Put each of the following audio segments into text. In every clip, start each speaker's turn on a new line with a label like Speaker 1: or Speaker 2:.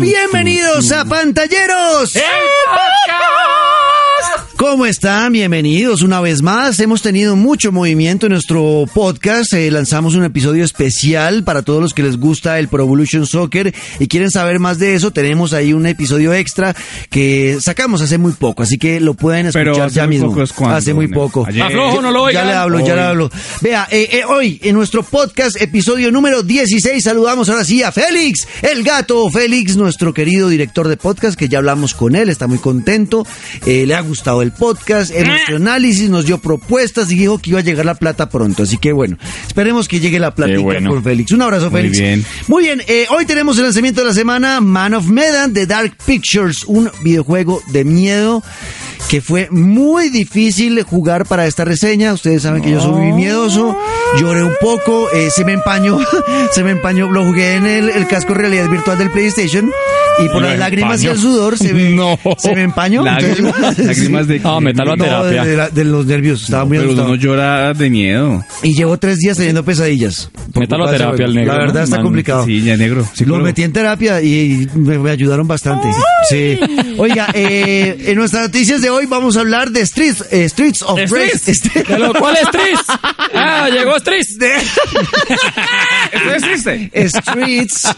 Speaker 1: Bienvenidos a Pantalleros.
Speaker 2: Eh.
Speaker 1: ¿Cómo están? Bienvenidos una vez más. Hemos tenido mucho movimiento en nuestro podcast. Eh, lanzamos un episodio especial para todos los que les gusta el Pro Evolution Soccer y quieren saber más de eso. Tenemos ahí un episodio extra que sacamos hace muy poco, así que lo pueden escuchar
Speaker 2: Pero hace
Speaker 1: ya
Speaker 2: muy
Speaker 1: mismo.
Speaker 2: poco es cuando,
Speaker 1: hace muy
Speaker 2: ¿no?
Speaker 1: poco.
Speaker 2: Ayer.
Speaker 3: Aflojo, no lo
Speaker 1: Ya
Speaker 3: oigan.
Speaker 1: le hablo, ya
Speaker 2: Hoy.
Speaker 1: le hablo. Vea, eh, eh, hoy en nuestro podcast, episodio número 16, saludamos ahora sí a Félix, el gato Félix, nuestro querido director de podcast, que ya hablamos con él, está muy contento, eh, le ha gustado el podcast, en nuestro análisis nos dio propuestas y dijo que iba a llegar la plata pronto, así que bueno, esperemos que llegue la platica
Speaker 2: bueno.
Speaker 1: con Félix. Un abrazo,
Speaker 2: Muy
Speaker 1: Félix.
Speaker 2: bien.
Speaker 1: Muy bien, eh, hoy tenemos el lanzamiento de la semana Man of Medan de Dark Pictures, un videojuego de miedo que fue muy difícil jugar para esta reseña. Ustedes saben que yo soy muy miedoso, lloré un poco, eh, se me empañó, se me empañó, lo jugué en el, el casco realidad virtual del PlayStation y por
Speaker 2: Lo
Speaker 1: las lágrimas y el
Speaker 2: empañó.
Speaker 1: sudor se me,
Speaker 2: No.
Speaker 1: se me empañó.
Speaker 2: Lágrimas, lágrimas de-
Speaker 3: Ah, métalo a
Speaker 1: No,
Speaker 3: terapia.
Speaker 1: de, la- de los nervios, estaba muy
Speaker 2: Pero
Speaker 1: asustado.
Speaker 2: uno llora de miedo.
Speaker 1: Y llevo tres días teniendo pesadillas. por
Speaker 3: Métalo
Speaker 1: culpa
Speaker 3: a
Speaker 1: de ese
Speaker 3: terapia
Speaker 1: juego.
Speaker 3: al negro,
Speaker 1: La verdad
Speaker 3: ¿no?
Speaker 1: está
Speaker 3: Man,
Speaker 1: complicado.
Speaker 2: Sí, ya negro.
Speaker 1: Los
Speaker 2: psicólogo.
Speaker 1: metí en terapia y me, me ayudaron bastante. Sí. Oiga, eh, en nuestras noticias de hoy vamos a hablar de Streets, eh, Streets of Rage.
Speaker 3: Tris. De lo cual es Tris. Ah, llegó Tris.
Speaker 2: ¿Eso
Speaker 1: este?
Speaker 2: existe?
Speaker 1: Streets.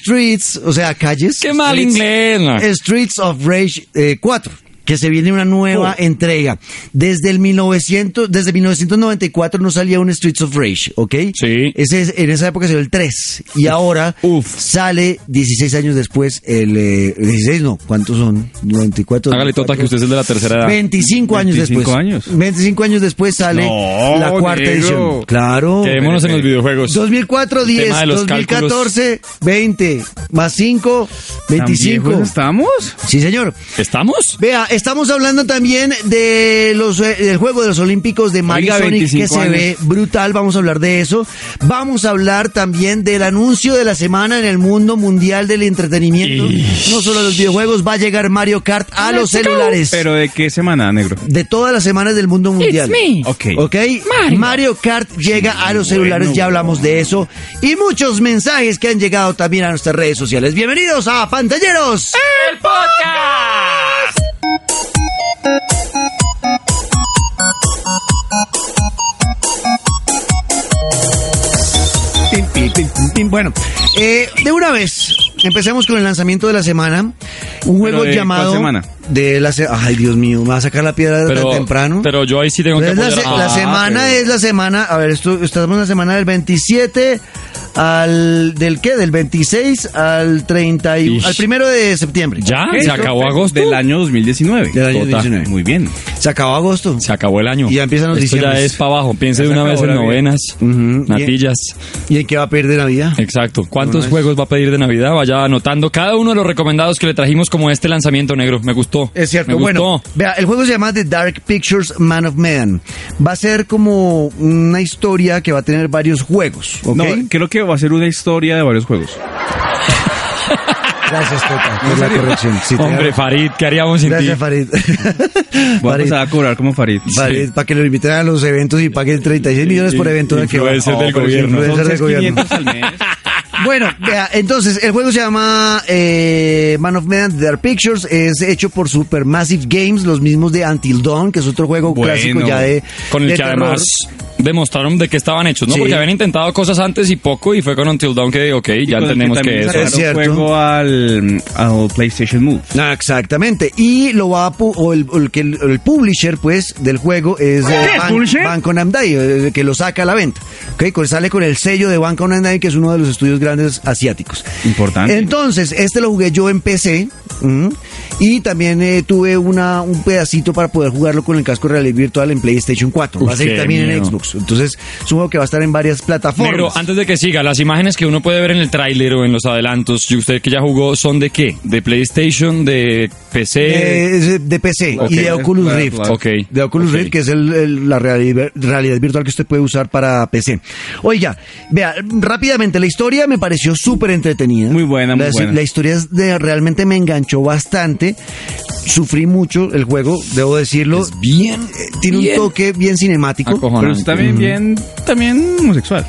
Speaker 1: Streets, o sea, calles.
Speaker 3: Qué mal
Speaker 1: Streets.
Speaker 3: inglés. ¿no?
Speaker 1: Streets of Rage eh, 4 que se viene una nueva
Speaker 3: Oh.
Speaker 1: entrega. Desde el 1900, desde 1994 no salía un Streets of Rage, ¿ok?
Speaker 3: Sí.
Speaker 1: Ese es- en esa época salió el 3 y ahora
Speaker 3: Uf.
Speaker 1: sale 16 años después el eh, 16 no, ¿cuántos son? 94.
Speaker 3: Hágale tota que
Speaker 1: 94.
Speaker 3: usted es el de la tercera edad.
Speaker 1: 25 años
Speaker 2: 25
Speaker 1: después.
Speaker 2: años.
Speaker 1: 25 años después sale
Speaker 2: No,
Speaker 1: la cuarta
Speaker 2: negro.
Speaker 1: edición. Claro.
Speaker 3: Quedémonos en los videojuegos.
Speaker 1: 2004, 10,
Speaker 3: tema de los
Speaker 1: 2014, 20, más 5,
Speaker 2: ¿Tan viejos
Speaker 1: 25.
Speaker 2: estamos?
Speaker 1: Sí, señor.
Speaker 3: ¿Estamos?
Speaker 1: Vea, estamos hablando también de los eh, del juego de los Olímpicos de Mario
Speaker 2: Oiga,
Speaker 1: Sonic que
Speaker 2: 25
Speaker 1: se ve brutal, vamos a hablar de eso. Vamos a hablar también del anuncio de la semana en el mundo mundial del entretenimiento, no solo de los videojuegos, va a llegar Mario Kart a los celulares.
Speaker 2: ¿Pero de qué semana, negro?
Speaker 1: de todas las semanas del mundo mundial.
Speaker 3: me.
Speaker 2: Ok.
Speaker 1: Ok. Mario.
Speaker 3: Mario.
Speaker 1: Kart llega a los celulares, ya hablamos de eso. Y muchos mensajes que han llegado también a nuestras redes sociales. Bienvenidos a Pantalleros.
Speaker 3: ¡El podcast!
Speaker 1: Tin, tin, tin, tin, tin. Bueno, eh, de una vez, empecemos con el lanzamiento de la semana. Un
Speaker 3: eh,
Speaker 1: juego
Speaker 2: de cuál
Speaker 1: llamado.
Speaker 2: semana?
Speaker 1: De la se- Ay, Dios mío, me va a sacar la piedra
Speaker 3: Pero,
Speaker 1: tan temprano.
Speaker 3: pero yo ahí sí tengo que
Speaker 1: Es la,
Speaker 3: apoyar.
Speaker 1: se- la
Speaker 3: Ah,
Speaker 1: semana
Speaker 3: pero-
Speaker 1: es la semana. A ver, esto, estamos en la semana del 27 al. ¿Del qué? Del 26 al 31.
Speaker 3: Ish.
Speaker 1: Al primero de septiembre.
Speaker 2: Ah,
Speaker 3: ¿Ya? ¿Se acabó agosto?
Speaker 2: Del año 2019.
Speaker 1: Del año
Speaker 3: Tota.
Speaker 1: 19.
Speaker 2: Muy bien.
Speaker 1: Se acabó agosto.
Speaker 3: Se acabó el año.
Speaker 1: Y ya empiezan los
Speaker 3: Esto ya
Speaker 1: diciembres.
Speaker 3: es para abajo.
Speaker 2: Ya
Speaker 3: Piense de
Speaker 2: se
Speaker 3: una vez
Speaker 2: acabó
Speaker 3: en
Speaker 2: la vida.
Speaker 3: novenas,
Speaker 1: Ujú.
Speaker 3: natillas.
Speaker 1: ¿Y en qué va a perder la vida?
Speaker 3: Exacto.
Speaker 1: Una
Speaker 3: ¿Cuántos
Speaker 1: vez.
Speaker 3: juegos va a pedir de Navidad? Vaya anotando cada uno de los recomendados que le trajimos como este lanzamiento negro. Me gustó.
Speaker 1: Es cierto.
Speaker 3: Eh, Me gustó.
Speaker 1: Bueno, vea, el juego se llama The Dark Pictures Man of Medan. Va a ser como una historia que va a tener varios juegos. ¿ok?
Speaker 2: No, creo que va a ser una historia de varios juegos.
Speaker 1: Gracias, Tota, por la corrección. Sí, te-
Speaker 3: Hombre, Farid, ¿qué haríamos sin ti?
Speaker 1: Gracias, Farid.
Speaker 2: Voy a
Speaker 1: Farid.
Speaker 2: empezar a cobrar como Farid.
Speaker 1: Farid, para que lo inviten a los eventos y paguen 36 millones por evento. de que va.
Speaker 3: Influencer del
Speaker 1: pero sí,
Speaker 3: gobierno.
Speaker 1: influencer
Speaker 2: Entonces,
Speaker 1: del gobierno.
Speaker 2: 500 al mes.
Speaker 1: Bueno, vea, entonces el juego se llama eh, Man of Medan The Dark Pictures. Es hecho por Supermassive Games, los mismos de Until Dawn, que es otro juego
Speaker 2: Bueno,
Speaker 1: clásico ya de.
Speaker 3: Con el
Speaker 1: de
Speaker 3: que
Speaker 1: terror.
Speaker 3: además demostraron de qué estaban hechos, ¿no?
Speaker 1: Sí.
Speaker 3: Porque habían intentado cosas antes y poco y fue con Until Dawn que, ok, ya
Speaker 2: Con el
Speaker 3: entendemos que,
Speaker 2: también
Speaker 3: eso.
Speaker 1: sacaron-
Speaker 3: es.
Speaker 1: Es cierto.
Speaker 2: sacaron juego al, al PlayStation Move.
Speaker 1: Ah, Exactamente. Y lo va a pu- o el, o el que- el publisher, pues, del juego es eh,
Speaker 2: es
Speaker 1: Ban-
Speaker 2: publisher?
Speaker 1: Banco Namdai, eh, que lo saca a la venta. ¿Ok? Con- Sale con el sello de Banco Namdai, que es uno de los estudios grandes asiáticos.
Speaker 2: Importante.
Speaker 1: Entonces, este lo jugué yo en PC. ujú, Y también eh, tuve una, un pedacito para poder jugarlo con el casco de realidad virtual en PlayStation 4. va a
Speaker 3: Uf,
Speaker 1: salir
Speaker 3: qué
Speaker 1: también en
Speaker 3: miedo.
Speaker 1: Xbox. Entonces, es un juego que va a estar en varias plataformas.
Speaker 3: Negro, antes de que siga, las imágenes que uno puede ver en el tráiler o en los adelantos, y usted que ya jugó, ¿son de qué? ¿De PlayStation? ¿De PC?
Speaker 1: Eh, es de, PC
Speaker 3: Ok.
Speaker 1: y de Oculus
Speaker 2: Claro,
Speaker 1: Rift.
Speaker 2: claro.
Speaker 3: Ok.
Speaker 1: De Oculus
Speaker 3: Ok.
Speaker 1: Rift, que es el- el- la realidad, realidad virtual que usted puede usar para PC. Oiga, vea, rápidamente, la historia me pareció súper entretenida.
Speaker 2: Muy buena, muy
Speaker 1: la,
Speaker 2: buena.
Speaker 1: La historia es de, realmente me enganchó bastante. Sufrí mucho el juego, debo decirlo.
Speaker 3: Es bien.
Speaker 1: Eh, Tiene
Speaker 3: bien
Speaker 1: un toque bien cinemático.
Speaker 3: acojonante.
Speaker 1: Mm.
Speaker 2: Pero está bien, bien, también homosexual.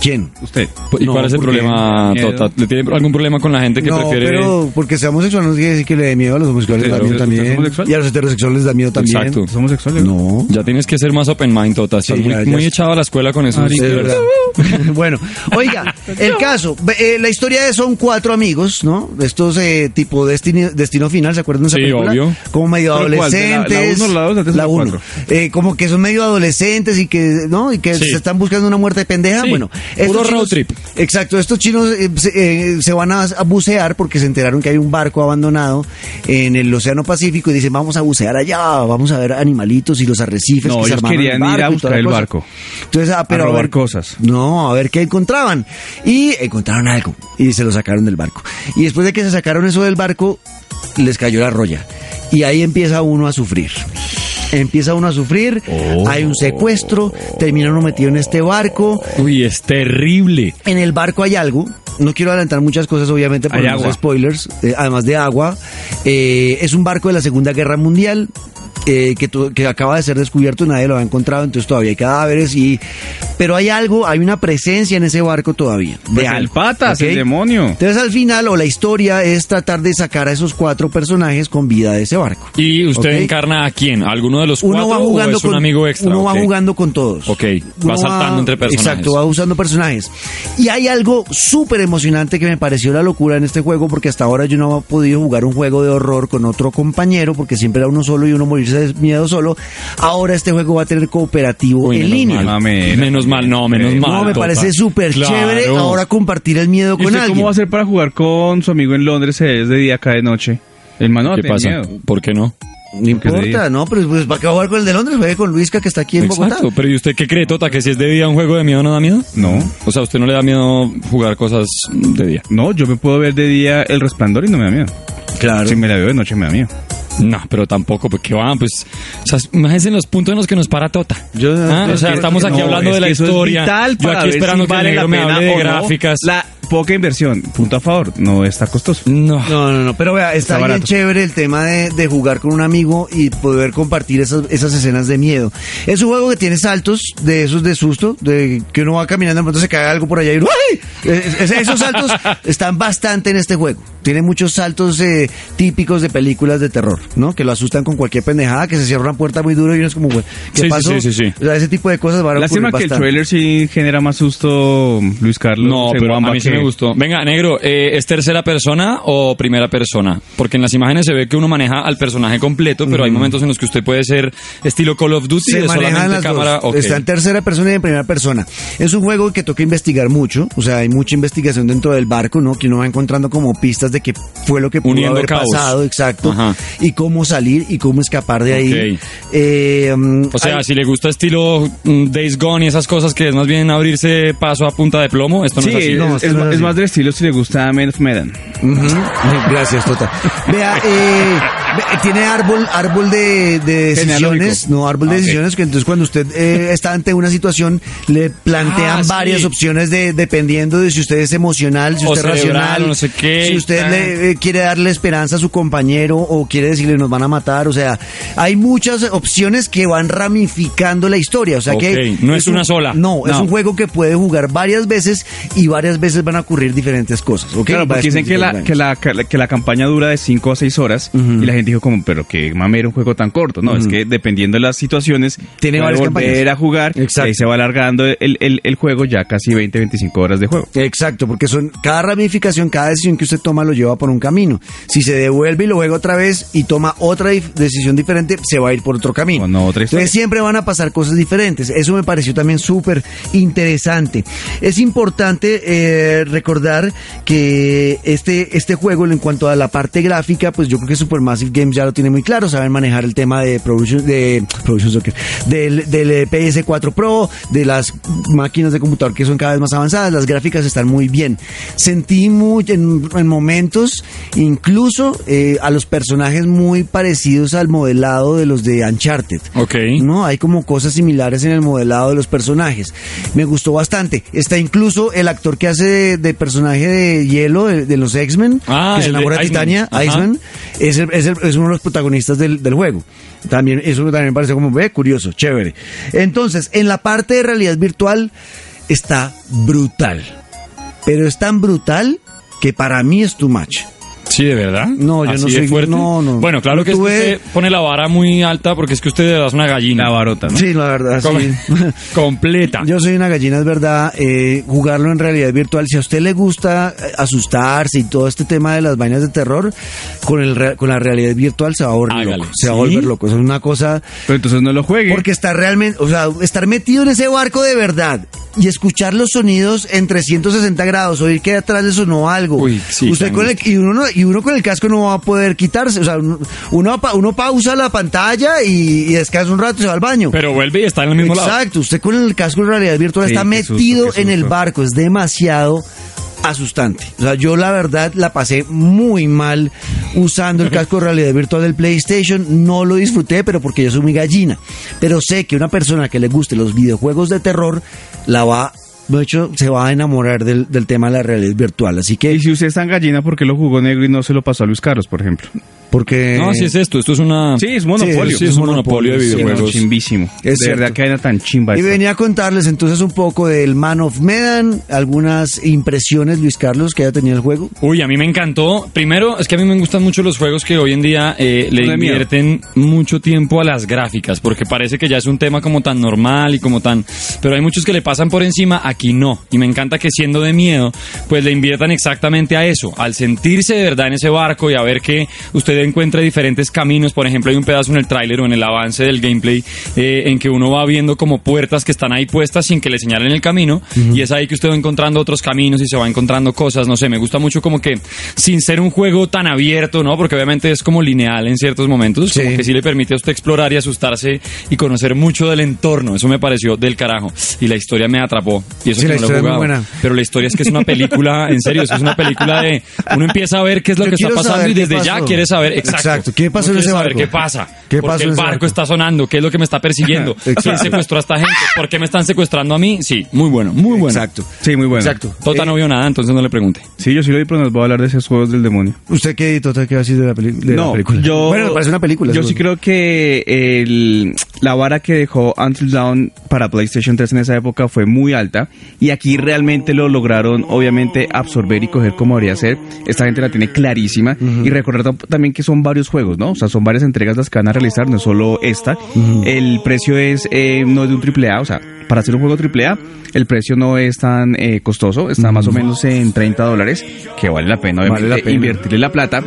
Speaker 1: ¿Quién?
Speaker 2: Usted.
Speaker 3: ¿Y cuál es el problema, Tota? ¿Le tiene algún problema con la gente que
Speaker 1: no,
Speaker 3: prefiere...?
Speaker 1: pero porque sea homosexual no quiere decir que le dé miedo a los homosexuales
Speaker 2: Sí,
Speaker 1: da
Speaker 2: pero
Speaker 1: miedo
Speaker 2: ¿usted es
Speaker 1: también.
Speaker 2: homosexual?
Speaker 1: Y a los heterosexuales les da miedo también.
Speaker 3: Exacto.
Speaker 2: ¿Es homosexual?
Speaker 1: No.
Speaker 3: Ya tienes que ser más open mind, Tota. Estás
Speaker 1: Sí,
Speaker 3: muy,
Speaker 1: ya, ya
Speaker 3: muy
Speaker 1: sé.
Speaker 3: echado a la escuela con eso.
Speaker 1: Es verdad. bueno, oiga, el caso, ve- eh, la historia de son cuatro amigos, ¿no? De Estos eh, tipo destino, destino final, ¿se acuerdan de esa
Speaker 3: Sí,
Speaker 1: película?
Speaker 3: obvio.
Speaker 1: Como medio
Speaker 2: ¿Pero cuál? ¿De la- la
Speaker 1: adolescentes.
Speaker 2: uno, la dos, la tres o la
Speaker 1: uno.
Speaker 2: cuatro?
Speaker 1: Eh, como que son medio adolescentes y que, ¿no? Y que
Speaker 3: Sí.
Speaker 1: se están buscando una muerte pendeja.
Speaker 3: Sí,
Speaker 1: Bueno,
Speaker 3: puro
Speaker 1: estos
Speaker 3: road trip.
Speaker 1: Exacto, estos chinos eh, se, eh, se van a, a bucear porque se enteraron que hay un barco abandonado en el Océano Pacífico y dicen, vamos a bucear allá, vamos a ver animalitos y los arrecifes.
Speaker 2: No,
Speaker 1: que se
Speaker 2: ellos
Speaker 1: armaron en el
Speaker 2: querían ir a
Speaker 1: barco y toda
Speaker 2: buscar
Speaker 1: la
Speaker 2: el
Speaker 1: cosa".
Speaker 2: barco.
Speaker 1: Entonces, ah, pero
Speaker 2: a
Speaker 1: ver-
Speaker 2: robar cosas.
Speaker 1: no, a ver qué encontraban. Y encontraron algo y se lo sacaron del barco. Y después de que se sacaron eso del barco, les cayó la roya. Y ahí empieza uno a sufrir. Empieza uno a sufrir,
Speaker 2: Oh.
Speaker 1: hay un secuestro, termina uno metido en este barco.
Speaker 3: Uy, es terrible.
Speaker 1: En el barco hay algo. No quiero adelantar muchas cosas, obviamente, por
Speaker 2: Hay
Speaker 1: no hacer
Speaker 2: agua.
Speaker 1: spoilers, eh, además de agua. Eh, es un barco de la Segunda Guerra Mundial. eh, que, tu- que acaba de ser descubierto, nadie lo ha encontrado, entonces todavía hay cadáveres y... Pero hay algo, hay una presencia en ese barco todavía. De
Speaker 2: Pues el
Speaker 1: algo,
Speaker 2: patas, el
Speaker 1: ¿ok?
Speaker 2: demonio.
Speaker 1: Entonces al final, o la historia es tratar de sacar a esos cuatro personajes con vida de ese barco.
Speaker 3: ¿Y usted
Speaker 1: ¿Ok?
Speaker 3: encarna a quién? ¿A ¿Alguno de los
Speaker 1: uno
Speaker 3: cuatro
Speaker 1: va
Speaker 3: o
Speaker 1: jugando
Speaker 3: es un
Speaker 1: con
Speaker 3: amigo extra?
Speaker 1: uno
Speaker 3: Ok.
Speaker 1: va jugando con todos
Speaker 3: Ok, va
Speaker 1: Uno
Speaker 3: saltando entre personajes.
Speaker 1: exacto va usando personajes y hay algo súper emocionante que me pareció la locura en este juego porque hasta ahora yo no he podido jugar un juego de horror con otro compañero porque siempre era uno solo y uno morirse de miedo solo ahora este juego va a tener cooperativo
Speaker 3: Uy,
Speaker 1: en
Speaker 3: menos
Speaker 1: línea
Speaker 3: mal.
Speaker 2: Mamera.
Speaker 3: Menos mal, no, menos
Speaker 2: No,
Speaker 3: mal.
Speaker 1: no me
Speaker 3: Tota.
Speaker 1: parece súper
Speaker 3: Claro.
Speaker 1: chévere ahora compartir el miedo
Speaker 2: ¿Y
Speaker 1: con
Speaker 2: usted cómo
Speaker 1: alguien
Speaker 2: va a hacer para jugar con su amigo en Londres? Se ve de día acá de noche. El mano
Speaker 3: ¿Qué pasa? ¿Por qué no?
Speaker 1: no importa
Speaker 2: diga.
Speaker 1: no pero pues para qué jugar con el de Londres juegue con Luisca que está aquí en Bogotá
Speaker 3: Exacto, pero ¿y usted qué cree, Tota? ¿Que si es de día un juego de miedo no da miedo?
Speaker 2: No.
Speaker 3: O sea, ¿a usted no le da miedo jugar cosas de día?
Speaker 2: No, yo me puedo ver de día el resplandor y no me da miedo.
Speaker 1: claro
Speaker 2: Si me la veo de noche me da miedo.
Speaker 3: No, pero tampoco, porque van, pues. O sea, imagínense los puntos en los que nos para Tota.
Speaker 2: Yo-
Speaker 3: Ah, o
Speaker 2: es
Speaker 3: sea,
Speaker 2: que-
Speaker 3: estamos aquí
Speaker 2: no,
Speaker 3: hablando
Speaker 2: es
Speaker 3: de la
Speaker 2: que eso es
Speaker 3: historia.
Speaker 2: vital
Speaker 3: Yo
Speaker 2: para
Speaker 3: aquí
Speaker 2: ver
Speaker 3: esperando
Speaker 2: si
Speaker 3: que el
Speaker 2: vale
Speaker 3: negro
Speaker 2: la
Speaker 3: me
Speaker 2: pena
Speaker 3: hable de
Speaker 2: o no.
Speaker 3: gráficas.
Speaker 2: La poca inversión, punto a favor, no está costoso.
Speaker 3: No.
Speaker 1: No, no, no, pero vea, está,
Speaker 2: Está
Speaker 1: bien
Speaker 2: barato.
Speaker 1: chévere el tema de, de jugar con un amigo y poder compartir esas, esas escenas de miedo. Es un juego que tiene saltos de esos de susto, de que uno va caminando y de pronto se cae algo por allá y uno, ¡ay! Es- es- esos saltos están bastante en este juego. Tiene muchos saltos eh, típicos de películas de terror, ¿no? Que lo asustan con cualquier pendejada, que se cierra una puerta muy duro y uno es como, "Güey, ¿qué
Speaker 3: Sí, sí,
Speaker 1: pasó?
Speaker 3: sí, sí, sí.
Speaker 1: O sea, ese tipo de cosas van a
Speaker 2: Lástima
Speaker 1: ocurrir
Speaker 2: que el
Speaker 1: bastante.
Speaker 2: trailer sí genera más susto, Luis Carlos.
Speaker 3: No,
Speaker 2: en
Speaker 3: pero a
Speaker 2: Wamba
Speaker 3: mí sí
Speaker 2: que-
Speaker 3: me gustó. Venga, negro, eh, ¿es tercera persona o primera persona? Porque en las imágenes se ve que uno maneja al personaje completo, pero hay momentos en los que usted puede ser estilo Call of Duty,
Speaker 1: se
Speaker 3: de
Speaker 1: manejan
Speaker 3: solamente
Speaker 1: las
Speaker 3: cámara.
Speaker 1: dos.
Speaker 3: ok.
Speaker 1: Está en tercera persona y en primera persona. Es un juego que toca investigar mucho, o sea, hay mucha investigación dentro del barco, ¿no? Que uno va encontrando como pistas de qué fue lo que pudo
Speaker 3: Uniendo
Speaker 1: haber
Speaker 3: cabos.
Speaker 1: pasado, exacto,
Speaker 3: Ajá.
Speaker 1: y cómo salir y cómo escapar de ahí.
Speaker 3: Ok.
Speaker 1: Eh, mm,
Speaker 3: O sea,
Speaker 1: hay-
Speaker 3: si le gusta estilo mm, Days Gone y esas cosas que es más bien abrirse paso a punta de plomo, esto no
Speaker 2: Sí,
Speaker 3: es así.
Speaker 2: es,
Speaker 1: No,
Speaker 2: es-
Speaker 1: esto no es
Speaker 2: es
Speaker 1: así.
Speaker 2: más del estilo si le gusta Man of Medan.
Speaker 1: Ujú. Gracias, Tota. Vea, eh, ve- tiene árbol, árbol de, de decisiones,
Speaker 2: Genealógico.
Speaker 1: no, árbol de
Speaker 2: Ah, ok.
Speaker 1: decisiones, que entonces cuando usted eh, está ante una situación, le plantean
Speaker 3: Ah, sí.
Speaker 1: varias opciones de, dependiendo de si usted es emocional, si
Speaker 3: O
Speaker 1: usted es
Speaker 3: cerebral,
Speaker 1: racional,
Speaker 3: o no sé qué,
Speaker 1: si
Speaker 3: y
Speaker 1: usted
Speaker 3: tal.
Speaker 1: le, eh, quiere darle esperanza a su compañero o quiere decirle nos van a matar, o sea, hay muchas opciones que van ramificando la historia, o sea que...
Speaker 3: Ok, no es
Speaker 1: un-
Speaker 3: una sola.
Speaker 1: No, es
Speaker 3: No.
Speaker 1: un juego que puede jugar varias veces y varias veces van a ocurrir diferentes cosas, ¿ok?
Speaker 2: Claro,
Speaker 1: Va
Speaker 2: porque dicen que la,
Speaker 1: descubriendo.
Speaker 2: que, la, que la- que la campaña dura de 5 a 6 horas y la gente dijo como, pero que mamera un juego tan corto. No, es que dependiendo de las situaciones,
Speaker 1: Tiene
Speaker 2: puede
Speaker 1: varias
Speaker 2: volver
Speaker 1: campañas.
Speaker 2: a jugar
Speaker 1: Exacto.
Speaker 2: y ahí se va alargando el, el, el juego ya casi 20, 25 horas de juego.
Speaker 1: Exacto, porque son cada ramificación, cada decisión que usted toma lo lleva por un camino. Si se devuelve y lo juega otra vez y toma otra dif- decisión diferente, se va a ir por otro camino.
Speaker 2: Bueno, otra historia.
Speaker 1: Entonces siempre van a pasar cosas diferentes. Eso me pareció también súper interesante. Es importante eh, recordar que este, este juego, en cuanto a la parte gráfica, pues yo creo que Supermassive Games ya lo tiene muy claro. Saben manejar el tema de Production, de, Production Soccer, del, eh, del PS4 Pro, de las máquinas de computador que son cada vez más avanzadas. Las gráficas están muy bien. Sentí muy, en, en momentos, incluso eh, a los personajes muy parecidos al modelado de los de Uncharted.
Speaker 3: Ok.
Speaker 1: ¿no? Hay como cosas similares en el modelado de los personajes. Me gustó bastante. Está incluso el actor que hace de, de personaje de hielo de, de los X-Men,
Speaker 3: Ah,
Speaker 1: que se
Speaker 3: el de
Speaker 1: enamora de
Speaker 3: Iceman.
Speaker 1: Titania,
Speaker 3: Ajá.
Speaker 1: Iceman, es, el- es el- es uno de los protagonistas del, del juego. También, eso también me pareció como, ve, curioso, chévere. Entonces, en la parte de realidad virtual, está brutal. Pero es tan brutal que para mí es too much.
Speaker 3: Sí, de verdad.
Speaker 1: No, yo
Speaker 3: ¿Así
Speaker 1: no
Speaker 3: de
Speaker 1: soy-
Speaker 3: fuerte.
Speaker 1: no, no.
Speaker 3: Bueno, claro
Speaker 1: Yo
Speaker 3: que es que
Speaker 1: tuve-
Speaker 3: usted pone la vara muy alta porque es que usted es una gallina.
Speaker 2: La barota, ¿no?
Speaker 1: Sí, la verdad,
Speaker 3: Com-
Speaker 1: sí.
Speaker 3: completa.
Speaker 1: Yo soy una gallina, es verdad. eh, jugarlo en realidad virtual, si a usted le gusta eh, asustarse y todo este tema de las vainas de terror, con, el, re- con la realidad virtual se va a volver
Speaker 3: Hágale.
Speaker 1: loco. Se va a
Speaker 3: ¿Sí?
Speaker 1: volver loco. Eso es una cosa.
Speaker 2: Pero entonces no lo juegue.
Speaker 1: Porque estar realmente, o sea, estar metido en ese barco de verdad y escuchar los sonidos en 360 grados, oír que atrás le sonó algo.
Speaker 3: Uy, sí,
Speaker 1: Usted con el, y, uno, no- y uno con el casco no va a poder quitarse. O sea, uno, uno pa- uno pausa la pantalla y, y descansa un rato y se va al baño.
Speaker 3: Pero vuelve y está en el mismo lado.
Speaker 1: Exacto, usted con el casco de realidad virtual
Speaker 2: Sí,
Speaker 1: está
Speaker 2: qué susto,
Speaker 1: metido
Speaker 2: qué
Speaker 1: en el
Speaker 2: susto.
Speaker 1: barco, es demasiado asustante. O sea, yo la verdad la pasé muy mal usando el casco de realidad virtual del PlayStation, no lo disfruté, pero porque yo soy muy gallina. Pero sé que una persona que le guste los videojuegos de terror la va de hecho, se va a enamorar del, del tema de la realidad virtual. Así
Speaker 2: Y
Speaker 1: que,
Speaker 2: si usted es tan gallina, ¿por qué lo jugó negro y no se lo pasó a Luis Carlos, por ejemplo?
Speaker 1: porque.
Speaker 3: No, así es esto. Esto es una.
Speaker 2: Sí, es monopolio.
Speaker 3: Sí, es un monopolio de
Speaker 1: sí,
Speaker 3: videojuegos.
Speaker 1: monopolio.
Speaker 2: Chimbísimo.
Speaker 1: Es
Speaker 2: de
Speaker 1: cierto.
Speaker 2: verdad que era tan chimba.
Speaker 1: Y
Speaker 2: esta.
Speaker 1: venía a contarles entonces un poco del Man of Medan, algunas impresiones, Luis Carlos, que ya tenía el juego.
Speaker 3: Uy, a mí me encantó. Primero, es que a mí me gustan mucho los juegos que hoy en día eh, le
Speaker 2: No de miedo.
Speaker 3: invierten mucho tiempo a las gráficas, porque parece que ya es un tema como tan normal y como tan... Pero hay muchos que le pasan por encima, aquí no. Y me encanta que siendo de miedo, pues le inviertan exactamente a eso, al sentirse de verdad en ese barco y a ver que usted encuentra diferentes caminos. Por ejemplo, hay un pedazo en el tráiler o en el avance del gameplay eh, en que uno va viendo como puertas que están ahí puestas sin que le señalen el camino y es ahí que usted va encontrando otros caminos y se va encontrando cosas, no sé, me gusta mucho como que sin ser un juego tan abierto, ¿no? Porque obviamente es como lineal en ciertos momentos, como
Speaker 1: Sí.
Speaker 3: que sí le permite a usted explorar y asustarse y conocer mucho del entorno, eso me pareció del carajo y la historia me atrapó y eso
Speaker 1: Sí,
Speaker 3: que
Speaker 1: la
Speaker 3: no
Speaker 1: historia
Speaker 3: lo he
Speaker 1: es muy
Speaker 3: jugado.
Speaker 1: buena.
Speaker 3: pero la historia es que es una película, en serio, eso es una película de uno empieza a ver qué es lo
Speaker 1: Yo
Speaker 3: que está
Speaker 1: quiero
Speaker 3: pasando
Speaker 1: saber
Speaker 3: y
Speaker 1: qué
Speaker 3: desde ya
Speaker 1: pasó.
Speaker 3: quiere saber exacto,
Speaker 1: Exacto, ¿qué pasó en
Speaker 3: Uno quiere
Speaker 1: ese
Speaker 3: saber
Speaker 1: barco?
Speaker 3: qué pasa,
Speaker 1: ¿Qué
Speaker 3: por
Speaker 1: pasó en
Speaker 3: el
Speaker 1: ese
Speaker 3: barco
Speaker 1: barco?
Speaker 3: está sonando, qué es lo que me está persiguiendo, quién
Speaker 1: Exacto.
Speaker 3: secuestró a esta gente, por qué me están secuestrando a mí, sí, muy bueno, muy bueno.
Speaker 1: Exacto. Eh,
Speaker 2: Sí, muy bueno.
Speaker 1: Exacto.
Speaker 3: Tota no vio nada, entonces no le pregunte.
Speaker 2: Sí, yo sí lo vi, pero nos voy a hablar de esos juegos del demonio.
Speaker 1: ¿Usted qué, Tota, qué va a decir de la, peli- de la película?
Speaker 2: Yo,
Speaker 1: bueno, parece una película.
Speaker 2: Yo
Speaker 1: eso.
Speaker 2: sí creo que el- la vara que dejó Until Dawn para PlayStation 3 en esa época fue muy alta. Y aquí realmente lo lograron, obviamente, absorber y coger como debería ser. Esta gente la tiene clarísima. Y recordar tam- también que son varios juegos, ¿no? O sea, son varias entregas las que van a realizar, no es solo esta. El precio es, eh, no es de un triple A, o sea, para hacer un juego triple A, el precio no es tan eh, costoso, está más o menos en 30 dólares, que vale la pena, obviamente,
Speaker 1: la pena.
Speaker 2: invertir invertirle la plata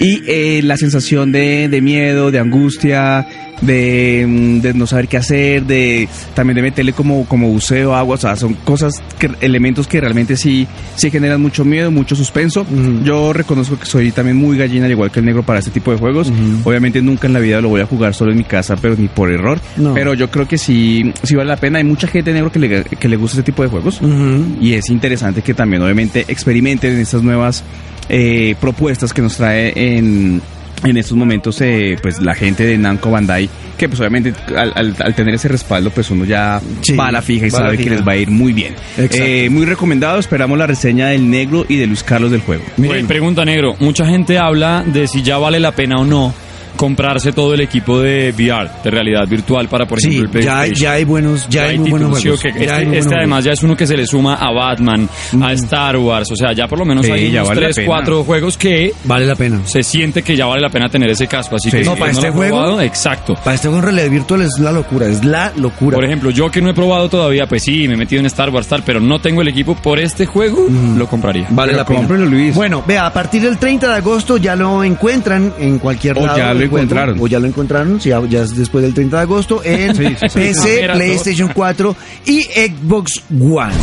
Speaker 2: y eh, la sensación de, de miedo, de angustia, de, mm, de no saber qué hacer, de también de meterle como, como buceo, agua, o sea, son cosas, que, elementos que realmente sí, sí generan mucho miedo, mucho suspenso. Yo reconozco que soy también muy gallina, al igual que el negro, para este tipo de juegos. Obviamente nunca en la vida lo voy a jugar solo en mi casa, pero ni por error.
Speaker 1: No.
Speaker 2: Pero yo creo que sí, sí vale la pena. Hay mucha gente negro que le, que le gusta este tipo de juegos.
Speaker 1: Ujú.
Speaker 2: Y es interesante que también obviamente experimenten en estas nuevas eh, propuestas que nos trae en, en estos momentos eh, pues la gente de Namco Bandai, que pues obviamente al, al- al tener ese respaldo pues uno ya
Speaker 1: Sí,
Speaker 2: va a la fija y
Speaker 1: va a la
Speaker 2: sabe que
Speaker 1: fija.
Speaker 2: les va a ir muy bien.
Speaker 1: Exacto.
Speaker 2: Eh, muy recomendado, esperamos la reseña del negro y de Luis Carlos del juego.
Speaker 3: Mire, pregunta negro, mucha gente habla de si ya vale la pena o no comprarse todo el equipo de VR, de realidad virtual para por
Speaker 1: Sí,
Speaker 3: ejemplo el
Speaker 1: ya,
Speaker 3: PlayStation.
Speaker 1: ya hay buenos, ya,
Speaker 3: Ya
Speaker 1: hay
Speaker 3: hay
Speaker 1: muy buenos
Speaker 3: títulos, sí,
Speaker 1: juegos.
Speaker 3: ok.
Speaker 1: Ya hay
Speaker 3: Este,
Speaker 1: muy buenos
Speaker 3: este
Speaker 1: Mm.
Speaker 3: además ya es uno que se le suma a Batman, a Star Wars, o sea, ya por lo menos
Speaker 2: Sí,
Speaker 3: hay
Speaker 2: ya
Speaker 3: unos
Speaker 2: vale la
Speaker 3: 3,
Speaker 2: pena.
Speaker 3: 4 juegos que
Speaker 1: juegos. vale la pena.
Speaker 3: se siente que ya vale la pena tener ese casco, así
Speaker 2: Sí.
Speaker 3: que si
Speaker 2: No,
Speaker 3: usted
Speaker 1: para este
Speaker 3: lo ha
Speaker 1: juego.
Speaker 3: probado, exacto.
Speaker 1: Para este juego en realidad virtual es la locura, es la locura.
Speaker 3: Por ejemplo, yo que no he probado todavía, pues sí, me he metido en Star Wars, tal, pero no tengo el equipo por este juego,
Speaker 1: Mm.
Speaker 3: lo compraría.
Speaker 2: Vale
Speaker 1: Pero
Speaker 2: la pena. cómprelo, Luis.
Speaker 1: Bueno, vea, a partir del 30 de agosto ya lo encuentran en cualquier
Speaker 2: O
Speaker 1: lado.
Speaker 2: ya lo
Speaker 1: del juego,
Speaker 2: encontraron.
Speaker 1: O ya lo encontraron, sí, ya, ya es después del 30 de agosto, en
Speaker 2: Sí, Ah, sí, sí.
Speaker 1: PC,
Speaker 3: Era todo.
Speaker 1: PlayStation 4 y Xbox One.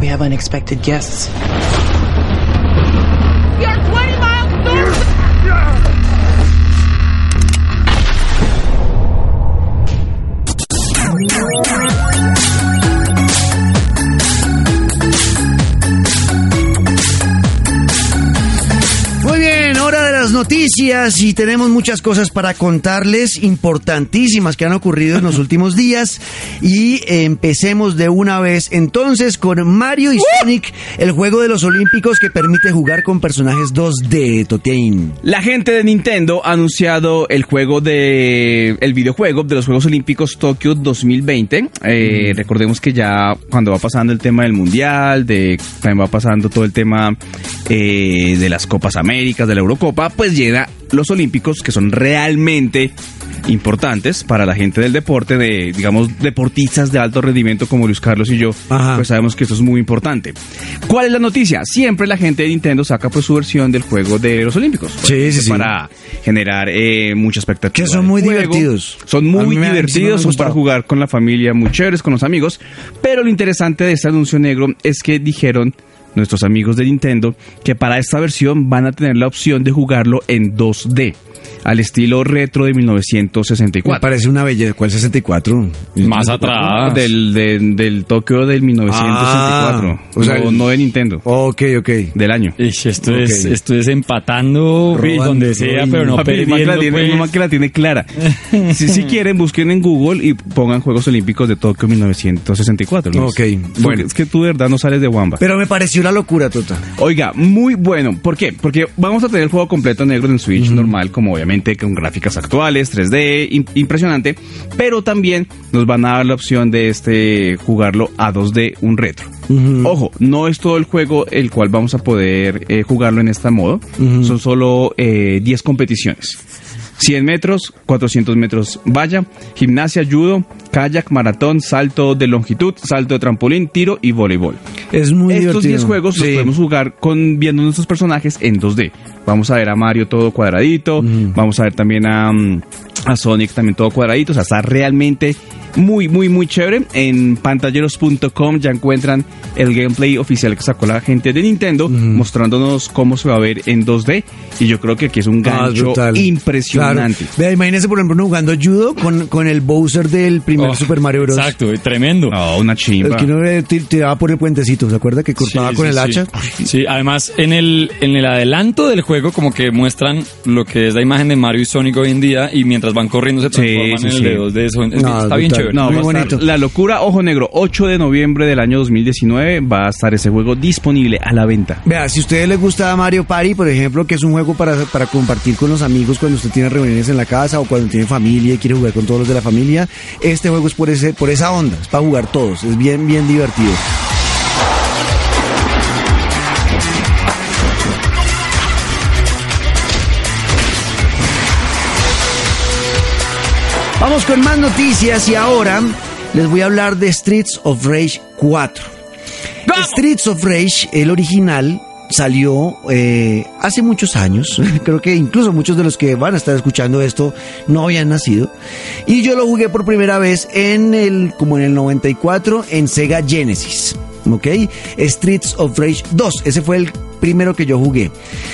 Speaker 4: We have unexpected guests.
Speaker 5: You're 20 miles north!
Speaker 1: Muy bien, hora de las noticias y tenemos muchas cosas para contarles importantísimas que han ocurrido en los últimos días. Y empecemos de una vez entonces con Mario y Sonic, el juego de los Olímpicos que permite jugar con personajes 2D, Totein.
Speaker 2: La gente de Nintendo ha anunciado el juego de el videojuego de los Juegos Olímpicos Tokio 2020. Eh, Recordemos que ya cuando va pasando el tema del mundial, de también va pasando todo el tema eh, de las Copas Américas, de la Eurocopa, pues llega los Olímpicos que son realmente importantes para la gente del deporte, de digamos deportistas de alto rendimiento como Luis Carlos y yo,
Speaker 1: Ajá.
Speaker 2: pues sabemos que esto es muy importante. ¿Cuál es la noticia? Siempre la gente de Nintendo saca pues su versión del juego de los Olímpicos.
Speaker 1: Sí, sí, sí.
Speaker 2: Para generar eh, mucha expectativa.
Speaker 1: Que son
Speaker 2: del
Speaker 1: muy
Speaker 2: juego.
Speaker 1: divertidos.
Speaker 2: Son
Speaker 1: A mí
Speaker 2: muy
Speaker 1: me- a mí sí me han
Speaker 2: divertidos, son para
Speaker 1: gustado.
Speaker 2: jugar con la familia, muy chéveres, con los amigos. Pero lo interesante de este anuncio negro es que dijeron nuestros amigos de Nintendo que para esta versión van a tener la opción de jugarlo en 2D, al estilo retro de 1964.
Speaker 1: parece una belleza. ¿Cuál 64?
Speaker 3: Más atrás.
Speaker 2: Del, de- del Tokio del 1964.
Speaker 1: Ah, o sea,
Speaker 2: no,
Speaker 1: el-
Speaker 2: no de Nintendo,
Speaker 1: Ok, ok.
Speaker 2: del año.
Speaker 3: Ish, esto, es,
Speaker 1: Ok.
Speaker 3: esto es empatando
Speaker 1: Robando,
Speaker 3: donde sea,
Speaker 1: robando.
Speaker 3: pero no
Speaker 2: Papi, el man que la
Speaker 3: perdiendo.
Speaker 2: tiene- el
Speaker 3: pues.
Speaker 2: man que la tiene clara. Si, si quieren, busquen en Google y pongan Juegos Olímpicos de Tokio 1964. Luis.
Speaker 1: Ok,
Speaker 2: Tú-
Speaker 1: bueno.
Speaker 2: Es que tú de verdad no sales de Wamba.
Speaker 1: Pero me pareció la locura, Tota.
Speaker 2: Oiga, muy bueno. ¿Por qué? Porque vamos a tener el juego completo negro en el Switch normal, como obviamente con gráficas actuales, 3D, im- impresionante. Pero también nos van a dar la opción de este jugarlo a 2D, un retro. Ojo, no es todo el juego el cual vamos a poder eh, jugarlo en este modo. Son solo eh, 10 competiciones. 100 metros, 400 metros valla, gimnasia, judo, kayak, maratón, salto de longitud, salto de trampolín, tiro y voleibol.
Speaker 1: Es muy
Speaker 2: Estos 10
Speaker 1: divertido.
Speaker 2: juegos los
Speaker 1: Sí.
Speaker 2: podemos jugar con viendo nuestros personajes en 2D. Vamos a ver a Mario todo cuadradito, vamos a ver también a, mm, a Sonic también todo cuadradito, o sea, está realmente muy, muy, muy chévere. En pantalleros.com ya encuentran el gameplay oficial que sacó la gente de Nintendo, mostrándonos cómo se va a ver en 2D. Y yo creo que aquí es un
Speaker 1: Ah,
Speaker 2: gancho
Speaker 1: brutal.
Speaker 2: impresionante.
Speaker 1: Claro. Vea, imagínese, por ejemplo, uno jugando judo con, con el Bowser del primer
Speaker 3: Oh,
Speaker 1: Super Mario Bros.
Speaker 3: Exacto, y tremendo.
Speaker 2: No,
Speaker 1: Ah,
Speaker 2: Oh, una chimba.
Speaker 1: El que uno eh, tir- tiraba por el puentecito, ¿se acuerda? Que cortaba
Speaker 3: Sí,
Speaker 1: con
Speaker 3: sí,
Speaker 1: el
Speaker 3: sí.
Speaker 1: hacha.
Speaker 3: Sí, además en el, en el adelanto del juego como que muestran lo que es la imagen de Mario y Sonic hoy en día y mientras van corriendo se
Speaker 2: Sí,
Speaker 3: transforman
Speaker 2: sí,
Speaker 3: en el
Speaker 2: sí.
Speaker 3: de 2D. Eso- es-
Speaker 1: No,
Speaker 3: está bien
Speaker 1: brutal.
Speaker 3: chévere.
Speaker 2: No,
Speaker 1: Muy
Speaker 2: va a
Speaker 1: bonito.
Speaker 2: estar la locura, ojo negro, 8 de noviembre del año 2019 va a estar ese juego disponible a la venta.
Speaker 1: Vea, si a ustedes les gusta Mario Party, por ejemplo, que es un juego para, para compartir con los amigos cuando usted tiene reuniones en la casa o cuando tiene familia y quiere jugar con todos los de la familia, este juego es por, ese, por esa onda, es para jugar todos, es bien, bien divertido. Vamos con más noticias y ahora les voy a hablar de Streets of Rage 4. Streets of Rage, el original, salió eh, hace muchos años. Creo que incluso muchos de los que van a estar escuchando esto no habían nacido. Y yo lo jugué por primera vez en el, como en el 94, en Sega Genesis. ¿Ok? Streets of Rage 2. Ese fue el primero que yo jugué.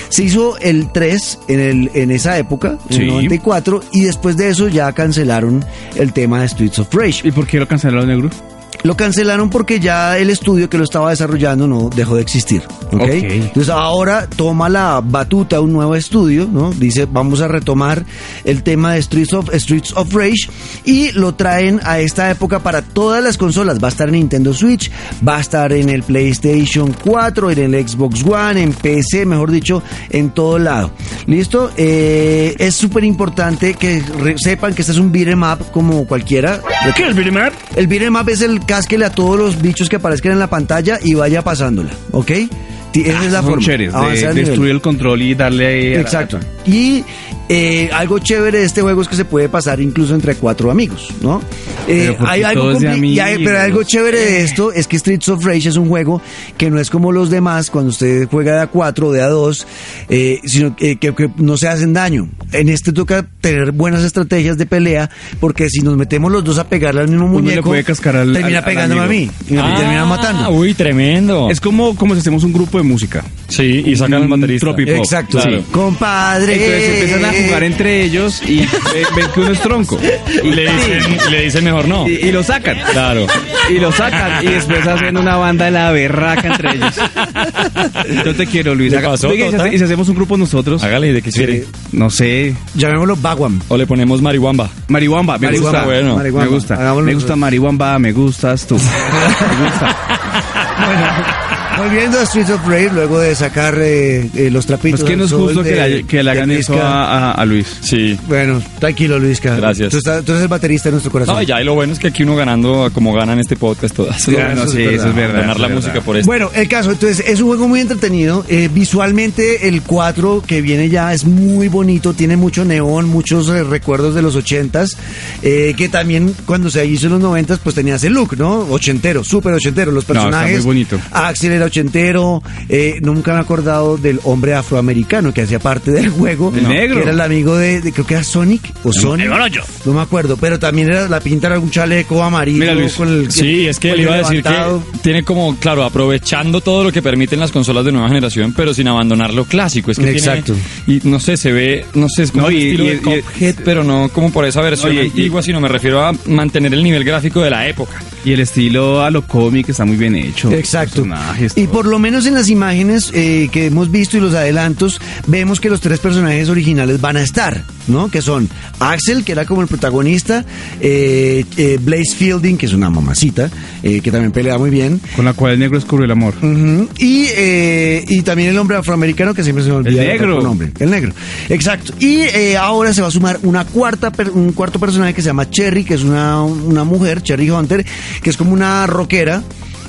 Speaker 1: Se hizo el 3 en, el, en esa época, en
Speaker 2: Sí.
Speaker 1: el 94, y después de eso ya cancelaron el tema de Streets of Rage.
Speaker 2: ¿Y por qué lo cancelaron negro?
Speaker 1: Lo cancelaron porque ya el estudio que lo estaba desarrollando no dejó de existir. ¿ok?
Speaker 2: Ok.
Speaker 1: Entonces ahora toma la batuta un nuevo estudio, ¿no? Dice, vamos a retomar el tema de Streets of, Streets of Rage y lo traen a esta época para todas las consolas. Va a estar en Nintendo Switch, va a estar en el PlayStation 4, en el Xbox One, en PC, mejor dicho, en todo lado. ¿Listo? Eh, es súper importante que re- sepan que este es un beat'em up como cualquiera.
Speaker 2: ¿Qué es Birimar?
Speaker 1: El beat'em up es el cásquele a todos los bichos que aparezcan en la pantalla y vaya pasándola, ¿ok? Ti- Esa es la
Speaker 2: Son
Speaker 1: forma.
Speaker 2: chéveres,
Speaker 1: avanzar
Speaker 2: de,
Speaker 1: el nivel.
Speaker 2: destruir el control y darle ahí a la
Speaker 1: Exacto.
Speaker 2: gata.
Speaker 1: Y eh, algo chévere de este juego es que se puede pasar incluso entre cuatro amigos, ¿no? Eh,
Speaker 2: Pero porque
Speaker 1: hay algo
Speaker 2: todos de
Speaker 1: compli- y hay- pero
Speaker 2: amigos.
Speaker 1: algo chévere de esto es que Streets of Rage es un juego que no es como los demás cuando usted juega de a cuatro o de a dos, eh, sino que, que- que no se hacen daño. En este toca tener buenas estrategias de pelea porque si nos metemos los dos a pegarle al mismo
Speaker 2: Uno le
Speaker 1: muñeco,
Speaker 2: puede cascar al-
Speaker 1: termina
Speaker 2: al- al
Speaker 1: pegándome a mí
Speaker 2: amigo.
Speaker 1: y me termina
Speaker 3: Ah,
Speaker 1: matando.
Speaker 3: Uy, tremendo.
Speaker 2: Es como, como si hacemos un grupo de música.
Speaker 3: sí, y sacan al
Speaker 2: un
Speaker 3: baterista.
Speaker 2: tropipop.
Speaker 1: Exacto,
Speaker 3: Claro.
Speaker 1: sí. Compadre,
Speaker 2: Entonces empiezan a jugar entre ellos y ve- ven que uno es tronco. Y
Speaker 3: Le dicen, le dicen mejor no.
Speaker 2: y- y lo sacan.
Speaker 3: Claro.
Speaker 2: Y lo sacan y después hacen una banda de la berraca entre ellos. Yo te quiero, Luis.
Speaker 3: ¿Le
Speaker 2: Haga-
Speaker 3: pasó,
Speaker 2: Venga, y si
Speaker 3: Tota?
Speaker 2: hace- y si hacemos un grupo nosotros,
Speaker 3: Hágale, ¿de qué quiere?
Speaker 2: no sé,
Speaker 1: Llamémoslo Baguam.
Speaker 3: O le ponemos marihuamba.
Speaker 2: Marihuamba, me
Speaker 1: Marihuamba,
Speaker 2: gusta.
Speaker 3: bueno.
Speaker 2: me
Speaker 1: Marihuamba.
Speaker 2: gusta.
Speaker 1: Hagámoslo
Speaker 2: me gusta
Speaker 1: nosotros.
Speaker 2: Marihuamba, me gustas tú. Me gusta.
Speaker 1: Bueno, volviendo a Streets of Rage, luego de sacar eh, eh, los trapitos.
Speaker 2: Pues que no
Speaker 1: al
Speaker 2: es
Speaker 1: sol
Speaker 2: justo que,
Speaker 1: de-
Speaker 2: le- que le
Speaker 1: de
Speaker 2: hagan eso
Speaker 1: Luisca.
Speaker 2: a, a- a Luis.
Speaker 3: Sí.
Speaker 1: Bueno, tranquilo, Luisca.
Speaker 3: Gracias.
Speaker 1: Tú, estás- tú eres el baterista de nuestro corazón.
Speaker 3: No, y ya, y lo bueno es que aquí uno ganando como ganan este podcast todas.
Speaker 1: Ya,
Speaker 2: Bueno,
Speaker 1: eso es
Speaker 2: sí,
Speaker 1: verdad.
Speaker 2: eso es verdad.
Speaker 3: Ganar
Speaker 2: eso
Speaker 3: la
Speaker 2: es
Speaker 3: música
Speaker 2: verdad.
Speaker 3: por esto.
Speaker 1: Bueno, el caso, entonces es un juego muy entretenido. eh, visualmente el 4 que viene ya es muy bonito, tiene mucho neón, muchos eh, recuerdos de los 80s, eh, que también cuando se hizo en los 90s pues tenía ese look, ¿no? Ochentero, súper ochentero, los
Speaker 2: No, está muy
Speaker 1: personajes.
Speaker 2: bonito.
Speaker 1: Axel era ochentero, eh, nunca me he acordado del hombre afroamericano que hacía parte del juego.
Speaker 2: El negro.
Speaker 1: Que era el amigo de, de- creo que era Sonic o Sonic. No me acuerdo, pero también era la pinta era un chaleco amarillo
Speaker 2: Mira, Luis,
Speaker 1: con el
Speaker 3: Sí, es que
Speaker 1: cuello
Speaker 3: le iba a decir
Speaker 1: levantado.
Speaker 3: que tiene como, claro, aprovechando todo lo que permiten las consolas de nueva generación, pero sin abandonar lo clásico. Es que tiene-
Speaker 1: Exacto.
Speaker 3: y no sé, se ve, no sé, es como
Speaker 2: No,
Speaker 3: un
Speaker 2: y-
Speaker 3: estilo
Speaker 2: y-
Speaker 3: de
Speaker 2: y-
Speaker 3: Cuphead, pero no como por esa versión
Speaker 2: No, y- y-
Speaker 3: antigua, sino me refiero a mantener el nivel gráfico de la época.
Speaker 2: Y el estilo a lo cómic está muy bien hecho.
Speaker 1: Exacto.
Speaker 2: Personajes,
Speaker 1: Y
Speaker 2: todo.
Speaker 1: por lo menos en las imágenes eh, que hemos visto y los adelantos, vemos que los tres personajes originales van a estar, ¿no? Que son Axel, que era como el protagonista, eh, eh, Blaze Fielding, que es una mamacita, eh, que también pelea muy bien,
Speaker 2: Con la cual el negro descubrió el amor.
Speaker 1: Ujú. y, eh, y también el hombre afroamericano que siempre se me olvida.
Speaker 2: El negro.
Speaker 1: otro nombre. El negro. Exacto. Y eh, ahora se va a sumar una cuarta per- un cuarto personaje que se llama Cherry, que es una, una mujer, Cherry Hunter, que es como una rockera.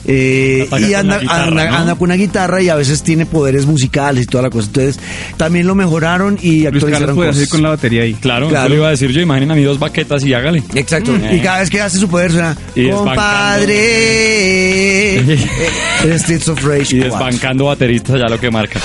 Speaker 1: eh,
Speaker 3: Ataca
Speaker 1: y
Speaker 3: con
Speaker 1: anda,
Speaker 3: la guitarra,
Speaker 1: anda-
Speaker 3: ¿no?
Speaker 1: anda con una guitarra y a veces tiene poderes musicales y toda la cosa. Entonces, también lo mejoraron y
Speaker 2: Luis
Speaker 1: actualizaron
Speaker 2: Carlos puede hacer
Speaker 1: cosas.
Speaker 2: con la batería ahí.
Speaker 3: Claro,
Speaker 1: Claro.
Speaker 3: yo le iba a decir yo, imaginen a mí dos baquetas y hágale.
Speaker 1: Exacto.
Speaker 3: Mm,
Speaker 1: Y
Speaker 3: eh.
Speaker 1: cada vez que hace su poder suena,
Speaker 3: Y desbancando.
Speaker 1: compadre. Eh, Streets of Rage.
Speaker 3: Y
Speaker 1: 4.
Speaker 3: desbancando bateristas ya lo que marca.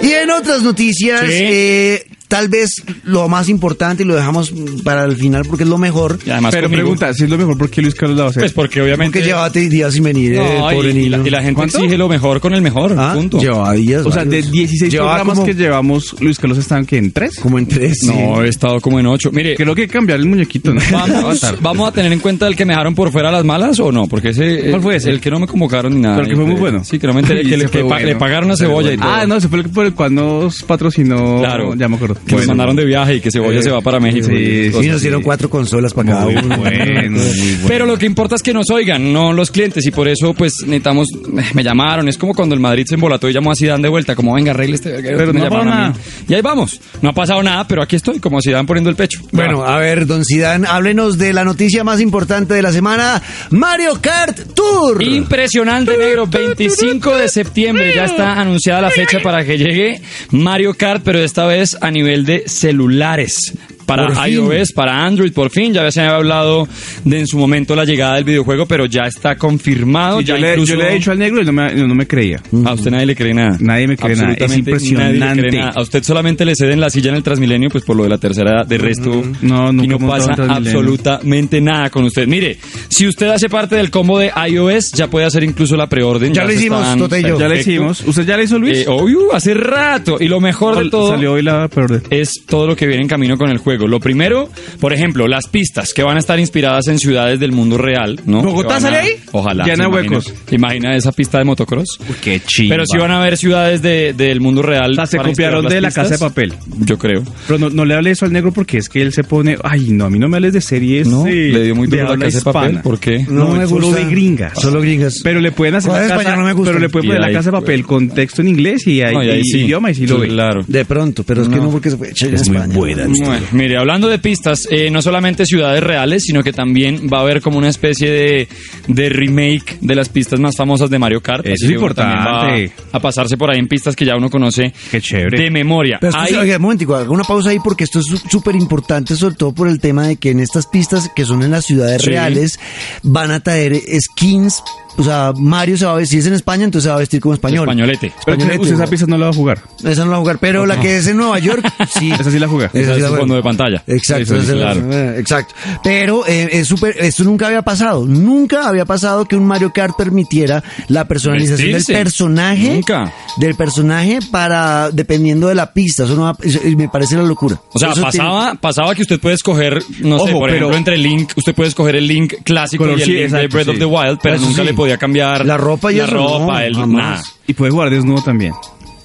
Speaker 1: Y en otras noticias,
Speaker 3: Sí.
Speaker 1: eh, tal vez lo más importante y lo dejamos para el final porque es lo mejor.
Speaker 3: Y además
Speaker 2: Pero
Speaker 3: conmigo.
Speaker 2: pregunta, si es lo mejor, ¿por qué Luis Carlos la va a hacer?
Speaker 3: Pues porque obviamente...
Speaker 1: Porque llevaba tres días sin venir, eh,
Speaker 3: No, y-
Speaker 1: pobre
Speaker 3: y,
Speaker 1: niño.
Speaker 3: la, y la gente
Speaker 2: ¿Cuánto?
Speaker 3: exige lo mejor con el mejor,
Speaker 1: Ah,
Speaker 3: punto.
Speaker 1: Llevaba días.
Speaker 3: pues,
Speaker 2: o sea, de
Speaker 1: varios.
Speaker 2: 16
Speaker 1: Llevaba
Speaker 2: programas
Speaker 1: como,
Speaker 2: que llevamos, Luis Carlos está en, ¿qué, en tres. Eh,
Speaker 1: como en tres.
Speaker 3: No, he estado como en ocho. Mire,
Speaker 2: Creo que hay que cambiar el muñequito, ¿no?
Speaker 3: Vamos,
Speaker 2: Avatar.
Speaker 3: ¿Vamos a tener en cuenta el que me dejaron por fuera las malas o no? Porque ese. eh,
Speaker 2: ¿Cuál fue ese?
Speaker 3: El que no me convocaron ni nada.
Speaker 2: Pero que fue muy bueno.
Speaker 3: Sí, que no me enteré.
Speaker 2: Y
Speaker 3: Que, le,
Speaker 2: ese fue
Speaker 3: que pa-
Speaker 2: bueno.
Speaker 3: le pagaron una cebolla y todo.
Speaker 2: Ah, no, se fue el- por el cual nos patrocinó.
Speaker 3: Claro.
Speaker 2: Ya me acuerdo.
Speaker 3: Que nos mandaron de viaje y que cebolla
Speaker 2: Eh,
Speaker 3: se va para México.
Speaker 2: sí,
Speaker 1: Sí, nos dieron cuatro consolas para cada
Speaker 2: Muy
Speaker 1: uno.
Speaker 2: bueno, muy bueno.
Speaker 3: Pero lo que importa es que nos oigan, no los clientes, y por eso, pues, necesitamos. Me llamaron, es como cuando el Madrid se embolató y llamó a Zidane de vuelta, como venga, arregle este. verguero",
Speaker 2: Pero
Speaker 3: me
Speaker 2: no ha
Speaker 3: llamaron
Speaker 2: pasado
Speaker 3: a mí. Y ahí vamos. No ha pasado nada, pero aquí estoy, como Zidane poniendo el pecho.
Speaker 1: Bueno, a ver, don Sidán, háblenos de la noticia más importante de la semana: Mario Kart Tour.
Speaker 3: Impresionante, negro. 25 de septiembre ya está anunciada la fecha para que llegue Mario Kart, pero esta vez a nivel de celulares.
Speaker 1: Por
Speaker 3: Para
Speaker 1: fin.
Speaker 3: iOS, para Android, por fin. Ya se había hablado de en su momento la llegada del videojuego, pero ya está confirmado.
Speaker 2: Sí, yo,
Speaker 3: ya
Speaker 2: le,
Speaker 3: incluso-
Speaker 2: yo le he dicho al negro y no me, no me creía.
Speaker 3: A usted nadie le cree nada.
Speaker 2: Mm. Nadie me cree nada. Es
Speaker 3: Absolutamente nadie le cree
Speaker 2: impresionante.
Speaker 3: nada. A usted solamente le ceden la silla en el Transmilenio, pues por lo de la tercera edad. De resto,
Speaker 2: Mm. No, nunca
Speaker 3: aquí no
Speaker 2: he montado
Speaker 3: pasa
Speaker 2: en Transmilenio.
Speaker 3: absolutamente nada con usted. Mire, si usted hace parte del combo de iOS, ya puede hacer incluso la preorden.
Speaker 1: Ya lo
Speaker 3: se
Speaker 1: hicimos,
Speaker 3: están-
Speaker 1: Tota y yo.
Speaker 2: Ya le
Speaker 3: Perfecto.
Speaker 2: hicimos. ¿Usted ya le hizo Luis?
Speaker 3: Eh, obvio, hace rato. Y lo mejor de todo
Speaker 2: Salió hoy la peor de-
Speaker 3: es todo lo que viene en camino con el juego. Lo primero, por ejemplo, las pistas que van a estar inspiradas en ciudades del mundo real, ¿no?
Speaker 2: ¿Bogotá
Speaker 3: Que van
Speaker 2: sale
Speaker 3: a-
Speaker 2: ahí?
Speaker 3: Ojalá.
Speaker 2: Llena
Speaker 3: ¿se
Speaker 2: de
Speaker 3: imagina?
Speaker 2: huecos.
Speaker 3: Imagina esa pista de motocross.
Speaker 2: Qué chido.
Speaker 3: Pero si van a haber ciudades de- del mundo real.
Speaker 2: O sea, se
Speaker 3: para inspirar
Speaker 2: copiaron
Speaker 3: las
Speaker 2: de la
Speaker 3: pistas.
Speaker 2: Casa de Papel.
Speaker 3: Yo creo.
Speaker 2: Pero no, no le hable eso al negro porque es que él se pone. Ay, no, a mí no me hables de series.
Speaker 3: No,
Speaker 2: eh,
Speaker 3: le dio muy
Speaker 2: de
Speaker 3: duro la
Speaker 2: habla
Speaker 3: Casa de Papel,
Speaker 2: hispana.
Speaker 3: ¿por qué?
Speaker 1: No me
Speaker 2: solo
Speaker 1: gusta.
Speaker 2: de gringas.
Speaker 1: Solo gringas.
Speaker 2: Pero le pueden hacer. La
Speaker 1: Cosas de
Speaker 2: casa,
Speaker 1: español no me gustan.
Speaker 2: pero le pueden
Speaker 3: Y
Speaker 2: poner la
Speaker 3: ahí,
Speaker 2: casa de
Speaker 3: pues.
Speaker 2: papel con texto en inglés y ahí,
Speaker 3: No, y ahí
Speaker 2: y
Speaker 3: sí.
Speaker 2: idioma y sí lo ve.
Speaker 3: Claro.
Speaker 1: De pronto, pero es que no, porque se fue. Es muy buena.
Speaker 3: Bueno, mire, hablando de pistas, eh, no solamente ciudades reales, sino que también va a haber como una especie de, de remake de las pistas más famosas de Mario Kart.
Speaker 2: Eso
Speaker 3: Así
Speaker 2: es
Speaker 3: que uno también
Speaker 2: importante.
Speaker 3: va A, pasarse por ahí en pistas que ya uno conoce
Speaker 2: Qué chévere.
Speaker 3: de memoria.
Speaker 1: Pero esto,
Speaker 3: Hay-
Speaker 1: es- oiga, un momentico, haga una pausa ahí porque esto es su- súper importante, sobre todo por el tema de que en estas pistas que son en las ciudades
Speaker 3: Sí.
Speaker 1: reales van a traer skins O sea, Mario se va a vestir, si es en España, entonces se va a vestir como español.
Speaker 3: Españolete.
Speaker 2: Pero usted-
Speaker 1: Españolete,
Speaker 2: usted
Speaker 1: ¿no?
Speaker 2: esa pista no la va a jugar.
Speaker 1: Esa no la va a jugar, pero la que es en Nueva York, sí.
Speaker 2: Esa sí la juega.
Speaker 1: Esa
Speaker 3: Esa
Speaker 1: sí
Speaker 3: es
Speaker 1: la
Speaker 3: su
Speaker 1: juega.
Speaker 3: fondo de pantalla.
Speaker 1: Exacto,
Speaker 3: Eso es,
Speaker 1: esa es la-
Speaker 3: claro.
Speaker 1: eh, exacto. Pero eh, es súper, esto nunca había pasado, nunca había pasado que un Mario Kart permitiera la personalización
Speaker 3: Vestirse.
Speaker 1: del personaje,
Speaker 3: Nunca.
Speaker 1: del personaje para dependiendo de la pista. Eso no va- eso- me parece la locura.
Speaker 3: O sea,
Speaker 1: Eso tiene-
Speaker 3: pasaba, pasaba que usted puede escoger, no sé,
Speaker 2: Ojo,
Speaker 3: por
Speaker 2: pero-
Speaker 3: ejemplo, entre Link, usted puede escoger el Link clásico
Speaker 2: Color,
Speaker 3: y el
Speaker 2: sí,
Speaker 3: Link de
Speaker 2: exacto,
Speaker 3: Breath of
Speaker 2: sí.
Speaker 3: the Wild, pero
Speaker 1: Eso
Speaker 3: nunca
Speaker 1: sí.
Speaker 3: le podía cambiar
Speaker 1: La ropa y
Speaker 3: la
Speaker 1: eso,
Speaker 3: ropa,
Speaker 1: no,
Speaker 3: el
Speaker 1: jamás.
Speaker 3: nada.
Speaker 2: Y puede jugar desnudo también.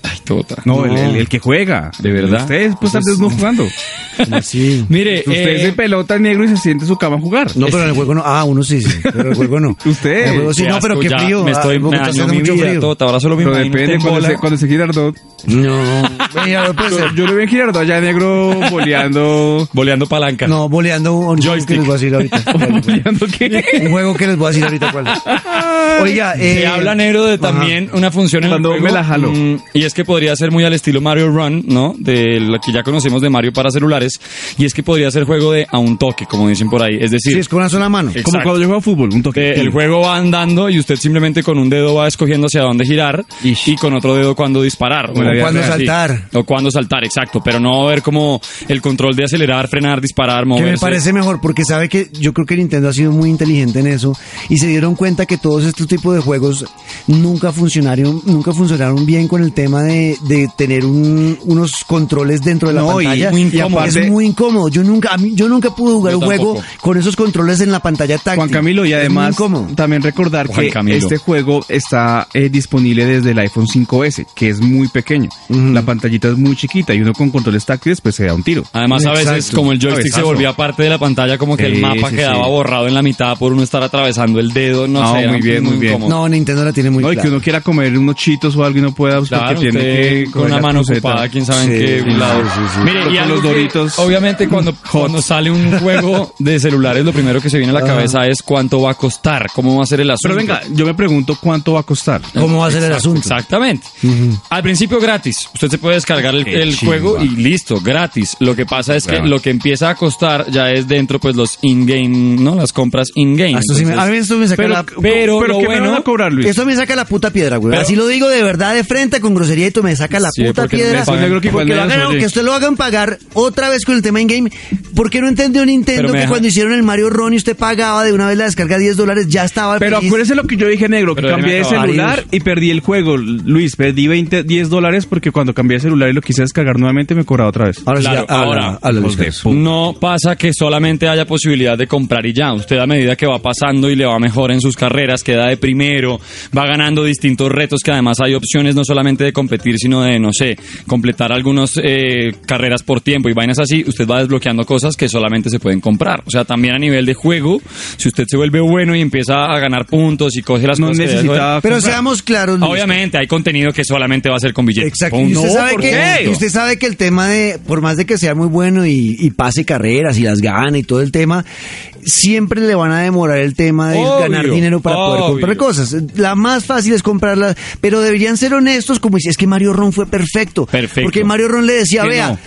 Speaker 3: Ay, tota.
Speaker 2: No, El, el- el que juega.
Speaker 3: ¿De verdad?
Speaker 2: Ustedes pueden estar desnudo jugando.
Speaker 1: ¿Cómo así?
Speaker 3: Mire,
Speaker 2: Usted
Speaker 3: eh,
Speaker 2: se pelota en negro y se siente en su cama a jugar.
Speaker 1: No, pero en el juego no. Ah, uno sí, sí. Pero en el juego no.
Speaker 2: Usted.
Speaker 1: En el juego sí,
Speaker 3: qué
Speaker 1: no, pero
Speaker 3: asco,
Speaker 1: qué
Speaker 3: ya
Speaker 1: frío.
Speaker 3: Me estoy
Speaker 1: Ah, en Bogotá
Speaker 3: me
Speaker 1: hace
Speaker 3: dañó mi
Speaker 1: mucho
Speaker 3: vida,
Speaker 1: frío.
Speaker 3: tota. Ahora solo me
Speaker 2: Pero
Speaker 3: imagino
Speaker 2: depende
Speaker 3: usted en
Speaker 2: cuando
Speaker 3: bola. Ah.
Speaker 2: se, cuando se Girardot.
Speaker 1: No. Venga, puede ser.
Speaker 2: Yo, yo lo veo en Girardot allá negro boleando.
Speaker 3: boleando palanca.
Speaker 1: No, boleando un
Speaker 3: Joystick.
Speaker 1: que les voy a decir ahorita.
Speaker 2: ¿Boleando qué?
Speaker 1: un juego que les voy a decir ahorita cuál es. Oiga, eh,
Speaker 3: Se habla negro de
Speaker 1: ajá.
Speaker 3: también una función en
Speaker 2: Cuando
Speaker 3: el juego,
Speaker 2: me la jalo.
Speaker 3: mm, y es que podría ser muy al estilo Mario Run, ¿no? De lo que ya conocemos de Mario para celulares. Y es que podría ser juego de a un toque, como dicen por ahí. Es decir,
Speaker 1: Sí, es con una sola mano.
Speaker 3: Exacto.
Speaker 2: Como cuando yo juego a fútbol, un toque.
Speaker 3: que Eh, el juego va andando y usted simplemente con un dedo va escogiendo hacia dónde girar
Speaker 2: Ish.
Speaker 3: y con otro dedo cuándo disparar.
Speaker 2: Como la vida
Speaker 1: cuándo
Speaker 3: real, sí.
Speaker 1: saltar.
Speaker 3: O cuándo saltar, exacto. Pero no ver como el control de acelerar, frenar, disparar,
Speaker 1: Que
Speaker 3: moverse.
Speaker 1: me parece mejor, porque sabe que yo creo que Nintendo ha sido muy inteligente en eso y se dieron cuenta que todos estos tipos de juegos nunca funcionaron, nunca funcionaron bien con el tema de, de tener un- unos controles dentro de la
Speaker 2: No, y
Speaker 1: pantalla.
Speaker 2: muy incómodo.
Speaker 1: es muy incómodo. Yo nunca, a mí- yo nunca pude jugar
Speaker 3: Yo
Speaker 1: un juego
Speaker 3: tampoco.
Speaker 1: con esos controles en la pantalla táctil.
Speaker 2: Juan Camilo y
Speaker 1: Es muy
Speaker 2: además
Speaker 1: incómodo.
Speaker 2: también recordar
Speaker 3: Juan
Speaker 2: que
Speaker 3: Camilo.
Speaker 2: este juego está eh, disponible desde el iPhone 5S, que es muy pequeño. La pantallita es muy chiquita y uno con controles táctiles pues se da un tiro.
Speaker 3: Además, a veces,
Speaker 1: Exacto.
Speaker 3: como el joystick se
Speaker 2: Cabezazo.
Speaker 3: volvía parte de la pantalla, como que el
Speaker 2: Sí,
Speaker 3: mapa
Speaker 2: sí,
Speaker 3: quedaba
Speaker 2: sí.
Speaker 3: borrado en la mitad por uno estar atravesando el dedo, no,
Speaker 2: No,
Speaker 3: sé. era
Speaker 2: muy bien, muy bien.
Speaker 3: incómodo.
Speaker 1: No, Nintendo la tiene muy
Speaker 2: no, y que
Speaker 1: clara.
Speaker 2: uno quiera comer unos chitos o algo y no pueda pues,
Speaker 3: Claro,
Speaker 2: porque tiene
Speaker 3: usted
Speaker 2: que
Speaker 3: con una
Speaker 2: comer
Speaker 3: mano
Speaker 2: las crucetas.
Speaker 3: ocupada, quién sabe en
Speaker 1: Sí,
Speaker 3: qué
Speaker 1: sí,
Speaker 3: lado.
Speaker 1: sí, sí.
Speaker 3: Mire, y
Speaker 2: Con
Speaker 3: algo
Speaker 2: los
Speaker 3: que,
Speaker 2: Doritos.
Speaker 3: obviamente, cuando, cuando sale un juego de celulares, lo primero que se viene a la
Speaker 1: Ah.
Speaker 3: cabeza es cuánto va a costar, cómo va a ser el
Speaker 2: Pero
Speaker 3: asunto.
Speaker 2: venga, yo me pregunto cuánto va a costar.
Speaker 1: ¿Cómo va a ser el
Speaker 3: Exacto,
Speaker 1: asunto?
Speaker 3: Exactamente. Al principio gratis. Usted se puede descargar el,
Speaker 2: Qué
Speaker 3: el
Speaker 2: chimba.
Speaker 3: juego y listo, gratis. Lo que pasa es que
Speaker 2: Bueno.
Speaker 3: lo que empieza a costar ya es dentro, pues, los in-game, ¿no? Las compras in-game.
Speaker 1: Ah, esto sí me- a mí esto me saca
Speaker 3: pero,
Speaker 1: la-
Speaker 3: pero
Speaker 2: pero
Speaker 3: lo
Speaker 2: ¿qué me
Speaker 3: bueno...
Speaker 2: van a cobrar, Luis?
Speaker 1: Eso me saca la puta piedra, güey.
Speaker 3: Pero-
Speaker 1: Así lo digo de verdad, de frente, con grosería y todo, me saca la
Speaker 3: Sí,
Speaker 1: puta
Speaker 3: porque
Speaker 1: piedra.
Speaker 3: me pagan. Yo creo
Speaker 2: que igual
Speaker 1: Porque lo
Speaker 2: me dan
Speaker 1: hagan-
Speaker 2: sobre-
Speaker 1: que usted lo hagan pagar otra vez con el tema in-game. Porque no entendió
Speaker 3: Pero
Speaker 1: Nintendo
Speaker 3: me
Speaker 1: que
Speaker 3: deja-
Speaker 1: cuando hicieron el Mario Ron y usted pagaba de una vez la descarga 10 dólares, ya estaba
Speaker 2: Pero
Speaker 1: feliz.
Speaker 2: acuérdese lo que yo dije, negro, que
Speaker 3: Pero
Speaker 2: cambié de
Speaker 3: déjame acabar.
Speaker 2: celular y perdí el juego. Luis, perdí 20, 10 dólares porque cuando cambié de celular y lo quise descargar nuevamente me cobraba otra vez.
Speaker 1: Ahora
Speaker 3: Claro,
Speaker 1: sí, Pues ya,
Speaker 3: ahora, pues,
Speaker 1: habla, habla,
Speaker 2: hijos
Speaker 1: Luis
Speaker 2: de
Speaker 1: Carlos.
Speaker 2: puta.
Speaker 3: No pasa que solamente haya posibilidad de comprar y ya. Usted a medida que va pasando y le va mejor en sus carreras, queda de primero, va ganando distintos retos que además hay opciones no solamente de competir, sino de, no sé, completar algunas eh, carreras por tiempo y vainas así, usted va desbloqueando cosas que solamente se pueden comprar. O sea, también a nivel de juego, si usted se vuelve bueno y empieza a ganar puntos y coge las
Speaker 2: No
Speaker 3: cosas que debe coger-
Speaker 2: necesitaba.
Speaker 1: Pero
Speaker 2: comprar.
Speaker 1: seamos claros, Luis.
Speaker 3: Obviamente, hay contenido que solamente va a ser con billetes.
Speaker 1: Exacto.
Speaker 3: Punto.
Speaker 1: Y usted,
Speaker 3: No,
Speaker 1: sabe
Speaker 3: ¿por
Speaker 1: que,
Speaker 3: qué?
Speaker 1: y usted sabe que el tema de, por más de que sea muy bueno y, y pase carreras y las gane y todo el tema, siempre le van a demorar el tema de
Speaker 3: Obvio,
Speaker 1: ganar dinero para poder
Speaker 3: obvio.
Speaker 1: comprar cosas. La más fácil es comprarla, pero deberían ser honestos, como dice, es que Mario Ron fue perfecto.
Speaker 3: Perfecto.
Speaker 1: Porque Mario Ron le decía,
Speaker 3: Que
Speaker 1: vea,
Speaker 3: no.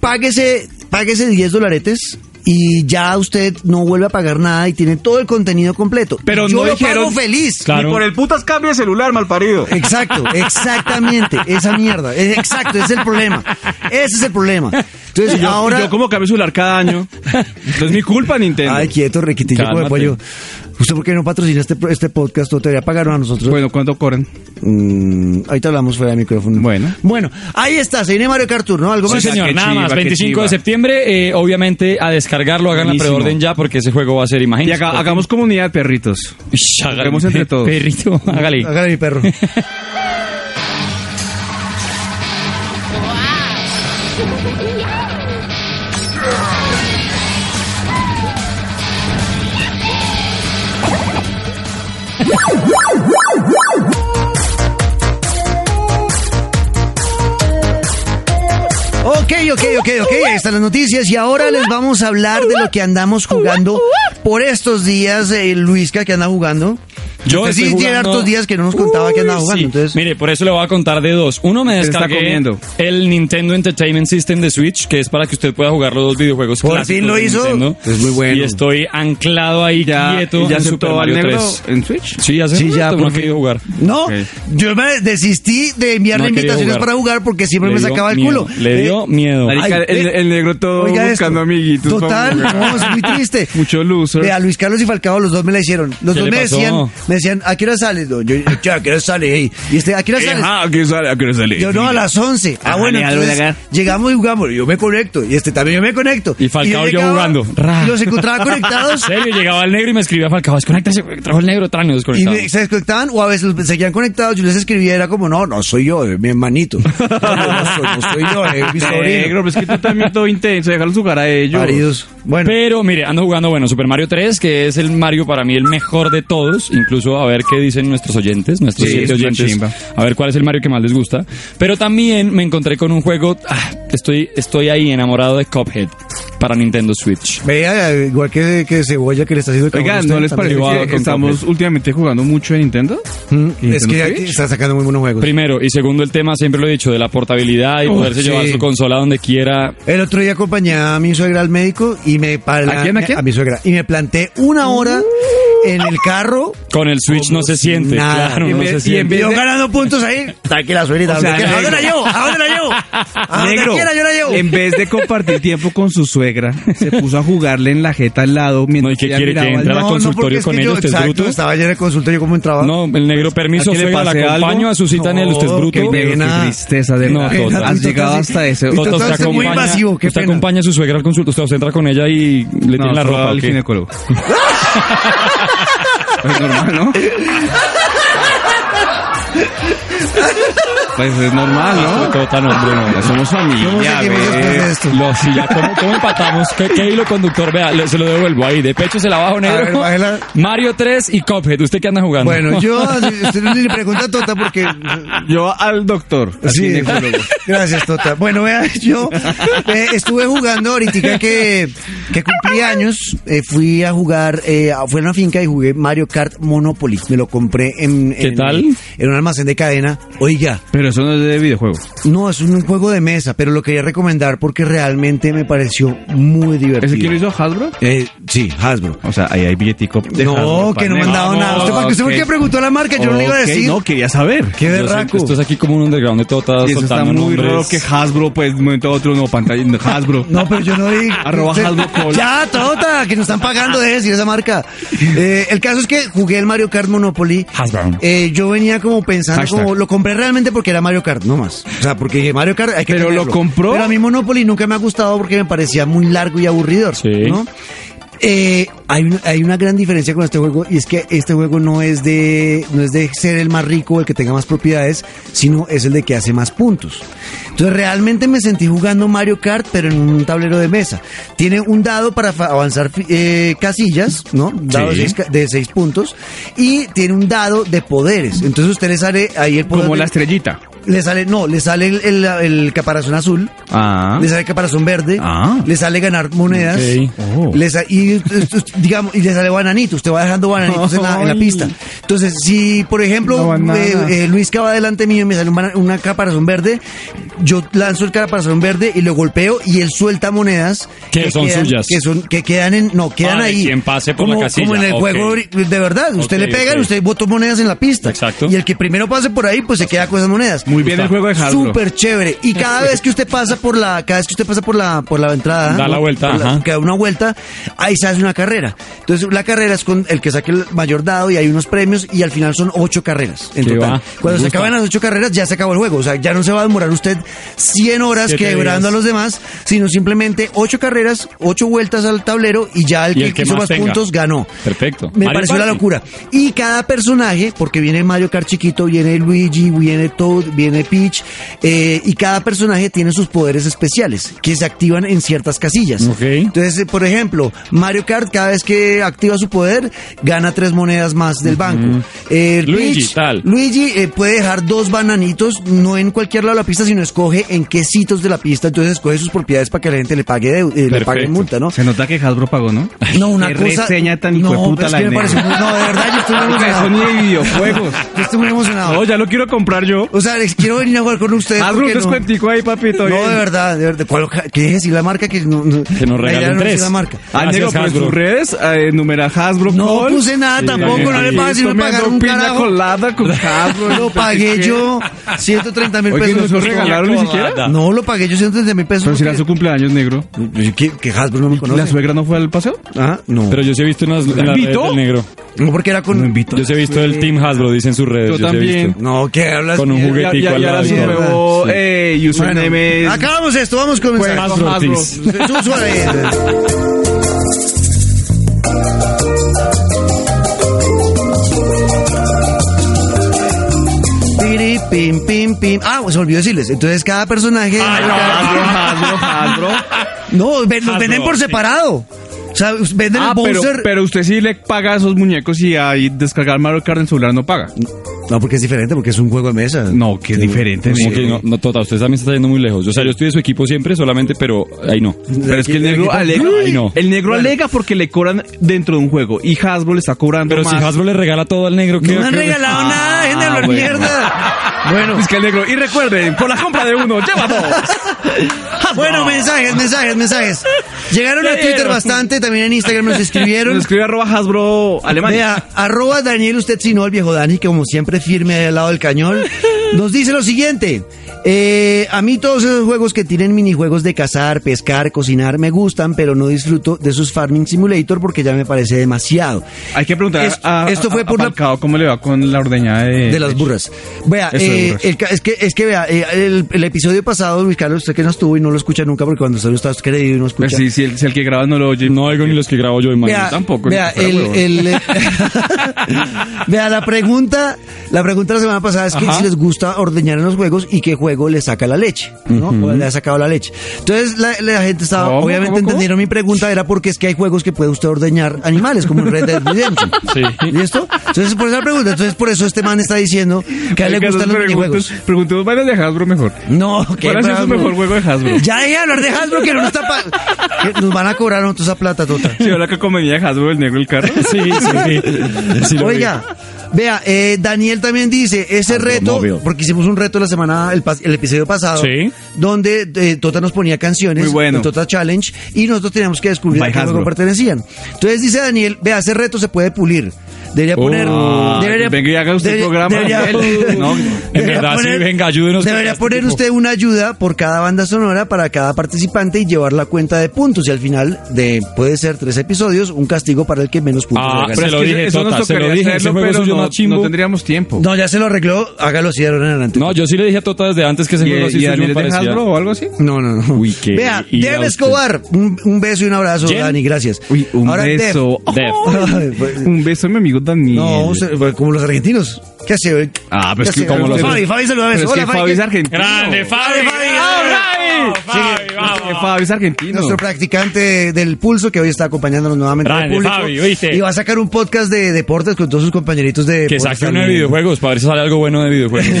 Speaker 1: páguese, páguese 10 dolaretes. Y ya usted no vuelve a pagar nada y tiene todo el contenido completo.
Speaker 2: Pero
Speaker 1: Yo
Speaker 2: no
Speaker 1: lo
Speaker 2: dijeron-
Speaker 1: pago feliz.
Speaker 3: Claro.
Speaker 2: Ni por el putas cambio de celular, mal parido.
Speaker 1: Exacto, exactamente, esa mierda. Es- Exacto, ese es el problema. Ese es el problema. Entonces,
Speaker 2: Yo,
Speaker 1: ahora.
Speaker 2: yo como cambio celular cada año. No es mi culpa, Nintendo.
Speaker 1: Ay, quieto, requitillo como de
Speaker 3: Cálmate.
Speaker 1: pollo. ¿Usted por qué no patrocina este, este podcast? ¿O te debería pagar a nosotros?
Speaker 2: bueno, ¿cuánto cobran?
Speaker 1: Mm, ahorita hablamos fuera de micrófono.
Speaker 2: Bueno.
Speaker 1: Bueno, ahí está, se viene Mario Kart Tour, ¿no? Algo
Speaker 3: Sí,
Speaker 1: más.
Speaker 3: señor,
Speaker 2: qué
Speaker 3: nada
Speaker 2: chiva,
Speaker 3: más.
Speaker 2: qué
Speaker 3: 25
Speaker 2: chiva.
Speaker 3: de septiembre, eh, obviamente a descargarlo, hagan
Speaker 2: Buenísimo.
Speaker 3: la preorden ya porque ese juego va a ser,
Speaker 2: Y
Speaker 3: imagínate.
Speaker 2: haga- hagamos comunidad, perritos.
Speaker 3: Ush, hágale,
Speaker 2: juguemos entre todos.
Speaker 3: Perrito, hágale. ahí.
Speaker 1: Hágale mi perro. Ok, ok, ok, ok, ahí están las noticias y ahora les vamos a hablar de lo que andamos jugando por estos días, eh, Luisca, que anda jugando.
Speaker 3: Yo
Speaker 1: Usted sí
Speaker 3: estoy
Speaker 1: tiene
Speaker 3: jugando-
Speaker 1: hartos días que no nos contaba que andaba
Speaker 3: Uy,
Speaker 1: jugando.
Speaker 3: sí.
Speaker 1: Entonces,
Speaker 3: Mire, por eso le voy a contar de dos. Uno me
Speaker 2: ¿Qué está
Speaker 3: descargué
Speaker 2: comiendo?
Speaker 3: el Nintendo Entertainment System de Switch, que es para que usted pueda jugar los dos videojuegos
Speaker 1: Por
Speaker 3: clásicos
Speaker 1: fin lo
Speaker 3: de
Speaker 1: hizo.
Speaker 3: Nintendo.
Speaker 2: Es muy bueno.
Speaker 3: Y estoy anclado ahí
Speaker 2: Ya,
Speaker 3: quieto
Speaker 2: ya
Speaker 3: en Super
Speaker 2: aceptó al
Speaker 3: Mario
Speaker 2: negro
Speaker 3: 3.
Speaker 2: en Switch.
Speaker 3: Sí, hace
Speaker 1: Sí,
Speaker 3: un
Speaker 1: ya,
Speaker 3: rato
Speaker 1: por
Speaker 3: no he
Speaker 1: fin.
Speaker 3: querido jugar.
Speaker 1: No,
Speaker 2: Ok.
Speaker 1: yo me desistí de enviarle
Speaker 3: No ha querido
Speaker 1: invitaciones
Speaker 3: jugar.
Speaker 1: para jugar porque siempre
Speaker 3: Le
Speaker 1: me
Speaker 3: dio
Speaker 1: sacaba el
Speaker 3: miedo,
Speaker 1: culo.
Speaker 3: Le
Speaker 1: Eh,
Speaker 3: dio miedo.
Speaker 2: Marica,
Speaker 1: Ay,
Speaker 2: el,
Speaker 1: ve-
Speaker 2: el negro todo
Speaker 1: Oiga esto.
Speaker 2: buscando amiguitos.
Speaker 1: Total,
Speaker 2: pa' jugar.
Speaker 1: no, es muy triste.
Speaker 2: Mucho loser.
Speaker 1: Vea, Luis Carlos y Falcao, los dos me la hicieron. Los
Speaker 3: ¿Qué
Speaker 1: dos
Speaker 3: le
Speaker 1: me
Speaker 3: pasó?
Speaker 1: decían, me decían, ¿a qué hora sales? don? Yo, "Che, ¿a qué hora sales? ey?" Y este, ¿a qué hora sales?
Speaker 2: Ajá, ¿a qué Ah, sale? ¿A qué hora sale?
Speaker 1: Yo no, a las 11. Ah,
Speaker 2: Ajá,
Speaker 1: bueno,
Speaker 2: le da
Speaker 1: entonces,
Speaker 2: lugar.
Speaker 1: llegamos y jugamos. Yo me conecto. Y este también yo me conecto.
Speaker 3: Y Falcao y yo
Speaker 1: llegaba,
Speaker 3: jugando. Ra.
Speaker 1: y Los encontraba
Speaker 3: En
Speaker 1: conectados.
Speaker 3: serio, llegaba el negro y me escribía Falcao, desconéctese, güey, trajo el negro, trae, nos
Speaker 1: Y
Speaker 3: desconectamos.
Speaker 1: me- se desconectaban o a veces los seguían conectados. Yo les escribía, era como, no, no soy yo, es mi hermanito. No, no soy, no soy yo, es mi sobrino.
Speaker 2: Negro, pero es que tú también todo intenso, déjalos jugar a ellos.
Speaker 1: Paridos. Bueno,
Speaker 3: Pero mire, ando jugando, bueno, Super Mario 3, que es el Mario para mí el mejor de todos. Incluso a ver qué dicen nuestros oyentes, nuestros
Speaker 2: Sí,
Speaker 3: siete
Speaker 2: es una
Speaker 3: oyentes.
Speaker 2: chimba.
Speaker 3: A ver cuál es el Mario que más les gusta. Pero también me encontré con un juego, ah, estoy, estoy ahí enamorado de Cuphead para Nintendo Switch.
Speaker 1: vea, eh, igual que, que cebolla que le está haciendo el
Speaker 2: Oigan,
Speaker 1: cabrón a
Speaker 2: ¿no
Speaker 1: usted,
Speaker 2: les parece
Speaker 1: también.
Speaker 3: jugaba
Speaker 2: que
Speaker 3: con
Speaker 2: estamos
Speaker 3: Cuphead.
Speaker 2: últimamente jugando mucho en Nintendo?
Speaker 1: Mm, Es
Speaker 2: Nintendo
Speaker 1: que
Speaker 2: Switch?
Speaker 1: está sacando muy buenos juegos.
Speaker 3: Primero, y segundo, el tema, siempre lo he dicho, de la portabilidad y
Speaker 1: Uf,
Speaker 3: poderse
Speaker 1: sí.
Speaker 3: llevar su consola donde quiera.
Speaker 1: El otro día acompañé a mi suegra al médico y me pala-
Speaker 2: ¿A quién, Uh. a quién?
Speaker 1: mi suegra y me planté una hora en el carro.
Speaker 3: Con el Switch no se
Speaker 1: si
Speaker 3: siente,
Speaker 1: nada.
Speaker 3: claro,
Speaker 1: Y
Speaker 3: no
Speaker 2: me-
Speaker 3: se
Speaker 2: y
Speaker 1: Y
Speaker 3: siente.
Speaker 1: en
Speaker 2: vez
Speaker 1: video
Speaker 2: de-
Speaker 1: ganando puntos ahí. Tranquila, suegrita.
Speaker 2: O sea,
Speaker 1: ¿dónde- ¿A dónde la
Speaker 2: negro.
Speaker 1: llevo? ¿A dónde la llevo? A Ah, donde quiera yo la llevo.
Speaker 2: En vez de compartir tiempo con su suegra, se puso a jugarle en la jeta al lado mientras
Speaker 3: No, ¿y qué
Speaker 2: ella
Speaker 3: quiere que
Speaker 2: miraba al-
Speaker 3: entre a la
Speaker 1: No, no,
Speaker 3: consultorio
Speaker 1: porque es
Speaker 3: con
Speaker 1: que
Speaker 3: ellos,
Speaker 1: yo,
Speaker 3: usted es
Speaker 1: exacto,
Speaker 3: bruto?
Speaker 1: Estaba ayer en el consultorio como en trabajo.
Speaker 3: No, el negro permiso,
Speaker 2: ¿A qué le
Speaker 3: suegra, la
Speaker 2: pase
Speaker 3: acompaño
Speaker 2: algo?
Speaker 3: a su cita en el usted es
Speaker 1: No, qué
Speaker 3: bruto.
Speaker 1: pena.
Speaker 2: Qué tristeza, de
Speaker 3: No,
Speaker 2: verdad.
Speaker 3: total.
Speaker 2: Has llegado
Speaker 1: Total,
Speaker 2: hasta
Speaker 1: sí.
Speaker 2: ese...
Speaker 1: Y
Speaker 3: Toto,
Speaker 1: total,
Speaker 3: usted
Speaker 1: usted muy
Speaker 3: acompaña,
Speaker 1: invasivo, qué
Speaker 3: usted
Speaker 1: pena.
Speaker 3: acompaña a su suegra al consultorio, usted, usted entra con ella y le tiene la
Speaker 2: solo
Speaker 3: ropa. ¿o
Speaker 2: al
Speaker 3: qué?
Speaker 2: ginecólogo. es normal, ¿no? Pues es normal,
Speaker 3: Ah,
Speaker 2: ¿no?
Speaker 3: Tota, no, hombre, no.
Speaker 2: Somos
Speaker 1: ¿Cómo
Speaker 2: familia,
Speaker 1: seguimos después de
Speaker 2: ve.
Speaker 1: esto?
Speaker 3: Lo- sí, ya, ¿cómo, cómo empatamos? ¿Qué, qué hilo conductor? Vea, le- se lo devuelvo ahí. De pecho se la bajo negro.
Speaker 1: ver, bájela.
Speaker 3: Mario 3 y Cuphead. ¿Usted qué anda jugando?
Speaker 1: Bueno, yo usted no le pregunta a Tota porque
Speaker 2: Yo al doctor. al
Speaker 1: Sí,
Speaker 2: ginecólogo.
Speaker 1: gracias Tota. Bueno, vea, yo eh, estuve jugando ahorita que, que cumplí años, eh, fui a jugar, eh, a- fui a una finca y jugué Mario Kart Monopoly. Me lo compré en,
Speaker 3: ¿Qué
Speaker 1: en-
Speaker 3: tal?
Speaker 1: en un almacén de cadena. Oiga,
Speaker 2: Pero eso no es de videojuego.
Speaker 1: no, es un juego de mesa, pero lo quería recomendar porque realmente me pareció muy divertido.
Speaker 2: ¿Ese quién lo hizo Hasbro?
Speaker 1: Eh, sí, Hasbro.
Speaker 2: O sea, ahí hay billetico. de
Speaker 1: No,
Speaker 2: Hasbro
Speaker 1: que
Speaker 2: para
Speaker 1: no me han
Speaker 2: negro.
Speaker 1: dado nada. ¿Usted, por qué- usted por qué
Speaker 2: ok.
Speaker 1: preguntó a la marca? Yo no le iba a
Speaker 2: Ok,
Speaker 1: decir.
Speaker 2: No, quería saber.
Speaker 1: Qué
Speaker 3: Yo sé que
Speaker 1: berraco.
Speaker 3: esto es aquí como un underground de Tota
Speaker 2: Y eso está
Speaker 3: soltando
Speaker 2: muy
Speaker 3: nombres.
Speaker 2: raro que Hasbro, pues, de un momento a otro, no, pantalla, no, Hasbro.
Speaker 1: No, pero yo no digo.
Speaker 2: Arroba Hasbro Cola.
Speaker 1: Ya, Tota, que nos están pagando de decir esa marca. Eh, el caso es que jugué el Mario Kart Monopoly.
Speaker 3: Hasbro.
Speaker 1: Eh, yo venía como pensando,
Speaker 2: Hashtag.
Speaker 1: como lo compré realmente porque era Mario Kart, no más. O sea, porque dije, Mario Kart hay que
Speaker 2: Pero lo
Speaker 1: tenerlo.
Speaker 2: compró.
Speaker 1: Pero a mí Monopoly nunca me ha gustado porque me parecía muy largo y aburridor.
Speaker 3: Sí.
Speaker 1: ¿no? Eh, hay, una, hay una gran diferencia con este juego y es que este juego no es de no es de ser el más rico el que tenga más propiedades sino es el de que hace más puntos entonces realmente me sentí jugando Mario Kart pero en un tablero de mesa tiene un dado para fa- avanzar fi- eh, casillas no dado de
Speaker 2: Sí.
Speaker 1: seis ca- de seis puntos y tiene un dado de poderes entonces usted le sale ahí el poder
Speaker 2: Como
Speaker 1: de-
Speaker 2: la estrellita.
Speaker 1: le sale no le sale el, el- el caparazón azul
Speaker 2: Ah.
Speaker 1: le sale caparazón verde,
Speaker 2: Ah.
Speaker 1: le sale ganar monedas,
Speaker 3: Ok.
Speaker 2: Oh.
Speaker 1: le sa- y, usted- usted- digamos, y le sale bananito, usted va dejando bananitos en, la, en la
Speaker 2: Ay.
Speaker 1: pista. Entonces, si por
Speaker 2: La
Speaker 1: ejemplo
Speaker 2: banana.
Speaker 1: eh, eh, Luis Cava delante mío y me sale un bana- una caparazón verde, yo lanzo el caparazón verde y lo golpeo y él suelta monedas
Speaker 3: Que son
Speaker 1: quedan-
Speaker 3: suyas.
Speaker 1: que son que quedan en no quedan
Speaker 3: Ah, de
Speaker 1: ahí
Speaker 3: quien pase por la
Speaker 1: como,
Speaker 3: casilla,
Speaker 1: como en el
Speaker 3: ok.
Speaker 1: juego ori- de verdad usted
Speaker 3: Ok,
Speaker 1: le pega
Speaker 3: ok.
Speaker 1: y usted botó monedas en la pista
Speaker 3: Exacto.
Speaker 1: y el que primero pase por ahí pues se queda con esas monedas
Speaker 2: Muy bien el juego de Hasbro.
Speaker 1: Súper chévere. Y cada vez que usted pasa por la, cada vez que usted pasa por la, por la entrada,
Speaker 3: Da la vuelta,
Speaker 1: por
Speaker 3: ajá.
Speaker 1: que da una vuelta, ahí se hace una carrera. Entonces la carrera es con el que saque el mayor dado y hay unos premios y al final son ocho carreras en
Speaker 3: Qué
Speaker 1: total.
Speaker 3: va, me
Speaker 1: Cuando se
Speaker 3: gusta.
Speaker 1: acaban las ocho carreras ya se acabó el juego. O sea, ya no se va a demorar usted 100 horas
Speaker 3: Siete
Speaker 1: quebrando
Speaker 3: días.
Speaker 1: a los demás, sino simplemente ocho carreras, ocho vueltas al tablero y ya el
Speaker 3: Y
Speaker 1: que,
Speaker 3: el que
Speaker 1: hizo
Speaker 3: más
Speaker 1: más
Speaker 3: tenga.
Speaker 1: puntos ganó.
Speaker 3: Perfecto.
Speaker 1: Me
Speaker 3: Mario
Speaker 1: pareció la
Speaker 3: Party.
Speaker 1: locura. Y cada personaje, porque viene Mario Kart chiquito, viene Luigi, viene Toad, viene Peach, eh, y cada personaje tiene sus poderes especiales que se activan en ciertas casillas.
Speaker 3: Ok.
Speaker 1: Entonces, eh, por ejemplo, Mario Kart cada vez que activa su poder gana tres monedas más del banco. Eh,
Speaker 3: Luigi,
Speaker 1: Peach,
Speaker 3: tal.
Speaker 1: Luigi eh, puede dejar dos bananitos, no en cualquier lado de la pista, sino escoge en qué sitios de la pista, entonces escoge sus propiedades para que la gente le pague, deu- eh, le pague
Speaker 3: Perfecto.
Speaker 1: multa, ¿no?
Speaker 2: Se nota que Hasbro pagó, ¿no?
Speaker 1: No, una
Speaker 2: Qué
Speaker 1: cosa.
Speaker 2: reseña tan
Speaker 1: no,
Speaker 2: hijueputa
Speaker 1: es
Speaker 2: la
Speaker 1: que me
Speaker 2: de
Speaker 1: parece-
Speaker 2: Nemo.
Speaker 1: No, de verdad, yo estoy muy
Speaker 2: Época de
Speaker 1: emocionado.
Speaker 2: Sony de videojuegos.
Speaker 1: Yo estoy muy emocionado.
Speaker 2: No, ya lo quiero comprar yo.
Speaker 1: O sea, les quiero venir a jugar con ustedes.
Speaker 2: Hazme un
Speaker 1: porque no-
Speaker 2: descuentico ahí, papito.
Speaker 1: No,
Speaker 2: bien.
Speaker 1: de verdad, de verdad. ¿Cuál, ¿Qué es decir la marca? Que, no, no-
Speaker 3: Que nos
Speaker 1: la idea
Speaker 3: regalen
Speaker 1: no es
Speaker 3: tres.
Speaker 1: la marca.
Speaker 2: Ah,
Speaker 3: Gracias,
Speaker 2: negro, pero en
Speaker 3: Hasbro.
Speaker 2: sus redes, eh, numera Hasbro.
Speaker 1: No
Speaker 2: Call.
Speaker 1: puse nada tampoco, no le pagas si no me
Speaker 2: Comiendo
Speaker 1: pagaron un
Speaker 2: piña
Speaker 1: carajo.
Speaker 2: colada con Hasbro. no
Speaker 1: Ah, pues, Lo
Speaker 2: sé
Speaker 1: pagué
Speaker 2: qué.
Speaker 1: yo 130 mil
Speaker 2: Oye, ¿no
Speaker 1: pesos.
Speaker 2: se lo regalaron ni
Speaker 3: Piña
Speaker 2: siquiera?
Speaker 3: colada.
Speaker 1: No, lo pagué yo 130 mil pesos.
Speaker 2: Pero si era su
Speaker 1: porque-
Speaker 2: cumpleaños, negro.
Speaker 1: ¿Qué- Que Hasbro no me
Speaker 2: ¿La
Speaker 1: conoce.
Speaker 2: suegra no fue al paseo?
Speaker 1: Ah, no.
Speaker 3: Pero yo sí he visto en las, en las redes
Speaker 2: invitó?
Speaker 3: del negro.
Speaker 1: No, porque era con.
Speaker 3: Yo sí he visto el Team Hasbro, dicen sus redes.
Speaker 2: Yo
Speaker 3: sí he
Speaker 2: también.
Speaker 3: visto.
Speaker 1: No, ¿qué hablas?
Speaker 3: Con un
Speaker 1: mierda?
Speaker 3: juguete.
Speaker 2: Ya,
Speaker 3: Juguetico
Speaker 2: ya,
Speaker 3: al
Speaker 2: ya
Speaker 3: lado,
Speaker 2: su
Speaker 1: sí,
Speaker 2: nuevo
Speaker 1: ¿verdad?
Speaker 2: eh, username es...
Speaker 1: Acabamos esto, vamos con
Speaker 2: pues,
Speaker 1: mensajes.
Speaker 3: Hasbro
Speaker 2: Hasbro.
Speaker 3: Ortiz.
Speaker 1: Su- suave. Piri, pim, pim, pim. Ah, se me olvidó decirles. Entonces cada personaje.
Speaker 2: Ah, Hasbro, Hasbro, Hasbro.
Speaker 1: no, ven- los venden
Speaker 3: Hasbro,
Speaker 1: por
Speaker 3: sí.
Speaker 1: separado. O sea, venden
Speaker 2: Ah,
Speaker 1: el
Speaker 2: pero,
Speaker 1: Bowser.
Speaker 2: pero usted sí le paga a esos muñecos y ahí descargar Mario Kart en celular no paga.
Speaker 1: No, porque es diferente, porque es un juego de mesa.
Speaker 2: No, que es
Speaker 1: Sí.
Speaker 2: diferente.
Speaker 3: Como
Speaker 2: negro.
Speaker 3: que no, no, total, usted también se está yendo muy lejos. O sea, yo estoy de su equipo siempre, solamente, pero ahí no.
Speaker 2: Pero es que el negro alega,
Speaker 3: Ay, no.
Speaker 2: el negro alega porque le cobran dentro de un juego y Hasbro le está cobrando
Speaker 3: Pero si
Speaker 2: más.
Speaker 3: Hasbro le regala todo al negro, ¿qué?
Speaker 1: No me han
Speaker 3: qué-
Speaker 1: regalado nada, dejen de hablar
Speaker 2: Ah, bueno.
Speaker 1: mierda. Bueno.
Speaker 2: Es que el negro, y recuerden, por la compra de uno, lleva dos.
Speaker 1: Ah, Bueno, mensajes, mensajes, mensajes. Llegaron a Twitter bastante, también en Instagram nos
Speaker 2: Nos
Speaker 1: escribieron.
Speaker 2: escribe arroba Hasbro alemán.
Speaker 1: Vea, arroba Daniel, usted si no, el viejo Dani, que como siempre firme ahí al lado del cañón, nos dice lo siguiente. eh, a mí todos esos juegos que tienen minijuegos de cazar, pescar, cocinar, me gustan, pero no disfruto de sus Farming Simulator porque ya me parece demasiado.
Speaker 2: Hay que preguntar
Speaker 1: Es-
Speaker 2: a,
Speaker 1: esto
Speaker 2: a-
Speaker 1: fue
Speaker 2: a
Speaker 1: por la-
Speaker 2: Falcao cómo le va con la ordeñada de,
Speaker 1: De las burras. Vea,
Speaker 2: Eso de
Speaker 1: eh,
Speaker 2: burras.
Speaker 1: el ca- es que, es que vea, eh, el, el episodio pasado, Luis Carlos, usted que no estuvo y no lo escucha nunca porque cuando usted está querido y no
Speaker 2: Pues
Speaker 1: escucha.
Speaker 2: sí, si el, si el que graba no lo oye.
Speaker 3: No oigo ni los que grabo yo, imagino.
Speaker 1: Vea,
Speaker 2: tampoco,
Speaker 1: Vea,
Speaker 2: ni que fuera
Speaker 1: el- el- eh, vea, la pregunta, la pregunta de la semana pasada es que
Speaker 2: Ajá.
Speaker 1: si les gusta ordeñar en los juegos y qué juego le saca la leche, ¿no? O le ha sacado la leche. Entonces la, la gente estaba,
Speaker 2: ¿Cómo,
Speaker 1: obviamente
Speaker 2: cómo, cómo?
Speaker 1: entendieron mi pregunta, era porque es que hay juegos que puede usted ordeñar animales, como en Red Dead Redemption.
Speaker 3: Sí.
Speaker 1: ¿Listo? Entonces por esa pregunta, entonces por eso este man está diciendo que a él le
Speaker 2: Oiga,
Speaker 1: gustan
Speaker 2: no
Speaker 1: los
Speaker 2: preguntes-
Speaker 1: minijuegos.
Speaker 2: Preguntemos varias de Hasbro mejor.
Speaker 1: No, que
Speaker 2: ¿Cuál ha sido su mejor juego de Hasbro?
Speaker 1: Ya deje de hablar de Hasbro que no nos está pa- que nos van a cobrar nosotros esa plata tota. total.
Speaker 2: Si ahora que convenía de Hasbro el negro el carro.
Speaker 3: Sí, sí, sí. Sí lo vi.
Speaker 1: Oiga, vea, eh, Daniel también dice, ese reto,
Speaker 3: Automóvil.
Speaker 1: porque hicimos un reto la semana, el, pas- el episodio pasado,
Speaker 3: Sí.
Speaker 1: donde eh, Tota nos ponía canciones,
Speaker 2: Muy bueno.
Speaker 1: de Tota Challenge, y nosotros teníamos que descubrir
Speaker 2: By
Speaker 1: a qué
Speaker 2: Hasbro.
Speaker 1: juego pertenecían. Entonces dice Daniel, vea, ese reto se puede pulir. Debería
Speaker 3: Oh,
Speaker 1: poner...
Speaker 3: pues
Speaker 2: Ah,
Speaker 1: debería,
Speaker 2: venga y haga usted el programa.
Speaker 1: Debería,
Speaker 2: No, en
Speaker 1: debería
Speaker 3: verdad, sí, venga, ayúdenos con
Speaker 1: Debería
Speaker 3: este
Speaker 1: poner
Speaker 3: tipo.
Speaker 1: usted una ayuda por cada banda sonora para cada participante y llevar la cuenta de puntos. Y al final de, puede ser tres episodios, un castigo para el que menos puntos
Speaker 3: Ah,
Speaker 1: le gane.
Speaker 3: pero
Speaker 2: es
Speaker 3: se lo
Speaker 2: que
Speaker 3: dije,
Speaker 2: eso nos
Speaker 3: Tota, se lo
Speaker 2: tocaría
Speaker 3: dije, ese
Speaker 2: hacerlo,
Speaker 3: juego
Speaker 2: pero
Speaker 3: suyo
Speaker 2: no,
Speaker 3: más chimbo.
Speaker 2: no tendríamos tiempo.
Speaker 1: No, ya se lo arregló, hágalo así de ahora en adelante.
Speaker 3: No, yo sí le dije a Tota desde antes que ese
Speaker 2: ¿Y,
Speaker 3: juego
Speaker 2: y,
Speaker 3: así suyo me
Speaker 2: Daniel es de
Speaker 3: parecía.
Speaker 2: Hasbro o algo así?
Speaker 1: No, no, no.
Speaker 3: Uy, qué
Speaker 1: Vea,
Speaker 3: ira
Speaker 1: Dev
Speaker 3: usted.
Speaker 1: Escobar, un, un beso y un abrazo,
Speaker 3: Jen.
Speaker 1: Dani, gracias.
Speaker 2: Uy, un
Speaker 1: Ahora, Dev.
Speaker 2: beso.
Speaker 3: Dev.
Speaker 1: Ay, pues,
Speaker 2: Un beso a mi amigo Daniel.
Speaker 1: No, usted- pues, como los argentinos. ¿Qué hace hoy?
Speaker 2: Ah, pero es
Speaker 1: ¿Qué
Speaker 2: que
Speaker 1: hace?
Speaker 2: como los-
Speaker 1: Fabi, Fabi, saluda a
Speaker 2: Pero es
Speaker 1: beso.
Speaker 2: Pues que
Speaker 1: Hola, Fabi.
Speaker 2: Fabi es
Speaker 1: ¿qué-
Speaker 2: argentino. Pues
Speaker 3: ¡Grande, Fabi!
Speaker 1: Fabi,
Speaker 3: ¡Ah, Fabi!
Speaker 1: Sigue.
Speaker 3: ¡Vamos!
Speaker 2: Fabi es argentino.
Speaker 1: Nuestro practicante del pulso que hoy está acompañándonos nuevamente. al
Speaker 3: Grande,
Speaker 1: público.
Speaker 3: Fabi, ¿oíste?
Speaker 1: Y va a sacar un podcast de deportes con todos sus compañeritos de.
Speaker 3: Que
Speaker 1: deportes
Speaker 3: saque uno de
Speaker 1: también.
Speaker 3: videojuegos, pues, para ver si sale algo bueno de videojuegos.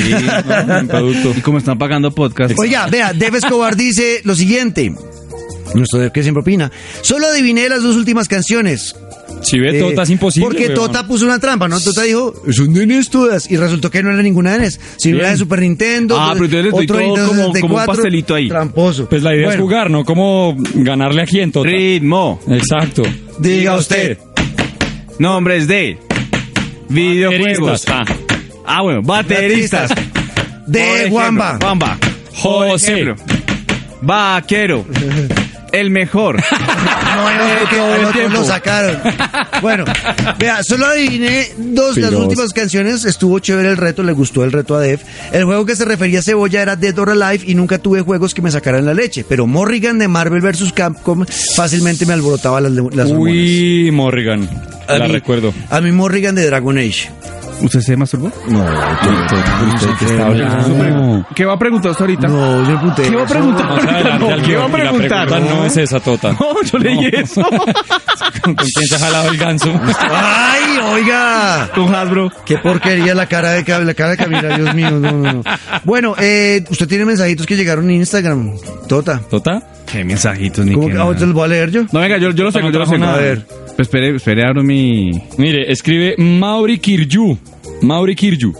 Speaker 3: ¿no? Un producto.
Speaker 2: Y como están pagando podcast.
Speaker 1: Oiga, vea, Dev Escobar dice lo siguiente. Nuestro Dev que siempre opina. Solo adiviné las dos últimas canciones.
Speaker 3: Si ve
Speaker 1: Eh,
Speaker 3: Tota es imposible.
Speaker 1: Porque
Speaker 3: weón.
Speaker 1: Tota puso una trampa, ¿no? Tota dijo, son de NES todas. Y resultó que no era ninguna de NES, sino
Speaker 3: Bien.
Speaker 1: era de Super Nintendo.
Speaker 2: Ah, pero entonces les doy
Speaker 1: otro
Speaker 2: todo
Speaker 1: Nintendo
Speaker 2: como- como un
Speaker 1: 64.
Speaker 2: pastelito ahí.
Speaker 1: Tramposo.
Speaker 3: Pues la idea es
Speaker 1: Bueno,
Speaker 3: jugar, ¿no? Como ganarle aquí en Tota.
Speaker 2: Ritmo.
Speaker 3: Exacto.
Speaker 1: Diga usted.
Speaker 2: Nombres de. Videojuegos.
Speaker 3: Bateristas, ah.
Speaker 2: Ah, bueno. Bateristas. Por
Speaker 1: De
Speaker 2: ejemplo,
Speaker 1: Guamba.
Speaker 2: Guamba.
Speaker 3: José.
Speaker 2: Por ejemplo, Vaquero. El mejor.
Speaker 1: No, yo creo que
Speaker 2: todo el
Speaker 1: el otro
Speaker 2: tiempo.
Speaker 1: lo sacaron. Bueno, vea, solo adiviné dos de las
Speaker 3: Piros.
Speaker 1: últimas canciones. Estuvo chévere el reto, le gustó el reto a Def. El juego que se refería a Cebolla era Dead or Alive y nunca tuve juegos que me sacaran la leche. Pero Morrigan de Marvel vs. Capcom fácilmente me alborotaba las, las hormonas.
Speaker 3: Uy, Morrigan.
Speaker 1: A
Speaker 3: la
Speaker 1: mí-
Speaker 3: recuerdo.
Speaker 1: A mí Morrigan de Dragon Age.
Speaker 2: ¿Usted se masturbó?
Speaker 1: No, usted que está hablando.
Speaker 2: ¿Qué va a preguntar usted ahorita?
Speaker 1: No, yo le pregunté.
Speaker 3: Este,
Speaker 2: ¿Qué va a
Speaker 1: eso.
Speaker 2: preguntar?
Speaker 3: Más adelante
Speaker 2: No, ¿Qué
Speaker 3: alguien-
Speaker 2: va a
Speaker 3: y la
Speaker 2: preguntar?
Speaker 3: pregunta no es esa, Tota.
Speaker 2: No, yo leí eso.
Speaker 3: ¿Con quién se ha jalado el ganso?
Speaker 1: ¡Ay, oiga!
Speaker 2: Con Hasbro.
Speaker 1: Qué porquería la cara de, Cam- la cara de Camila, Dios mío. No, no, no. Bueno, eh, usted tiene mensajitos que llegaron en Instagram. Tota.
Speaker 3: ¿Tota?
Speaker 2: Qué mensajitos, ni
Speaker 1: ¿Cómo
Speaker 2: qué
Speaker 1: que ah,
Speaker 2: nada.
Speaker 1: te los voy a leer yo?
Speaker 2: No, venga, yo, yo lo sé,
Speaker 3: No
Speaker 2: yo lo
Speaker 3: trajo
Speaker 2: sé.
Speaker 3: nada.
Speaker 2: A ver. Pues espere, espere, abro mi...
Speaker 3: Mire, escribe Mauri Kiryu. Mauri Kiryu.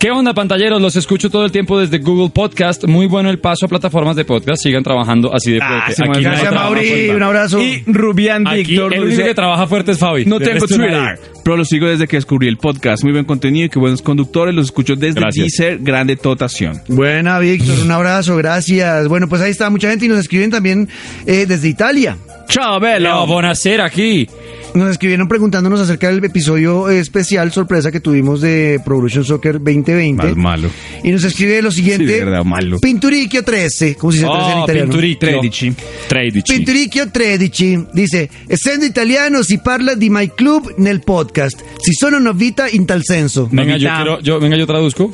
Speaker 3: ¿Qué onda, pantalleros? Los escucho todo el tiempo desde Google Podcast. Muy bueno el paso a plataformas de podcast. Sigan trabajando así de
Speaker 2: Ah,
Speaker 3: fuerte.
Speaker 2: se mueve.
Speaker 3: nadie
Speaker 1: Gracias,
Speaker 3: trabaja
Speaker 1: Mauri.
Speaker 3: fuerte.
Speaker 1: Un abrazo.
Speaker 2: Y Rubián
Speaker 3: Aquí
Speaker 2: Víctor
Speaker 3: el
Speaker 2: nos
Speaker 3: único
Speaker 2: dice,
Speaker 3: que trabaja fuerte es Fabi.
Speaker 2: No
Speaker 3: Del
Speaker 2: tengo
Speaker 3: resto
Speaker 2: Twitter,
Speaker 3: nadie.
Speaker 2: pero los sigo desde que descubrí el podcast. Muy buen contenido y qué buenos conductores. Los escucho desde
Speaker 3: Gracias.
Speaker 2: Deezer. Grande totación.
Speaker 1: Buena, Víctor. Un abrazo, gracias. Bueno, pues ahí está mucha gente y nos escriben también eh, desde Italia.
Speaker 2: Chao,
Speaker 3: Pero Bonacera aquí.
Speaker 1: Nos escribieron preguntándonos acerca del episodio eh, especial sorpresa que tuvimos de Pro Evolution Soccer 2020.
Speaker 2: Más malo.
Speaker 1: Y nos escribe lo siguiente.
Speaker 2: Sí, de verdad, malo. Ah,
Speaker 1: Pinturicchio 13, como se dice 13 en
Speaker 3: Oh,
Speaker 1: italiano.
Speaker 3: Pinturicchio.
Speaker 2: Tredici.
Speaker 3: Tredici.
Speaker 1: Pinturicchio 13 dice: Essendo italiano, si parla di my club nel podcast. Si sono novita in tal senso.
Speaker 3: Venga, yo
Speaker 2: Mamita.
Speaker 3: quiero, yo, venga, yo traduzco.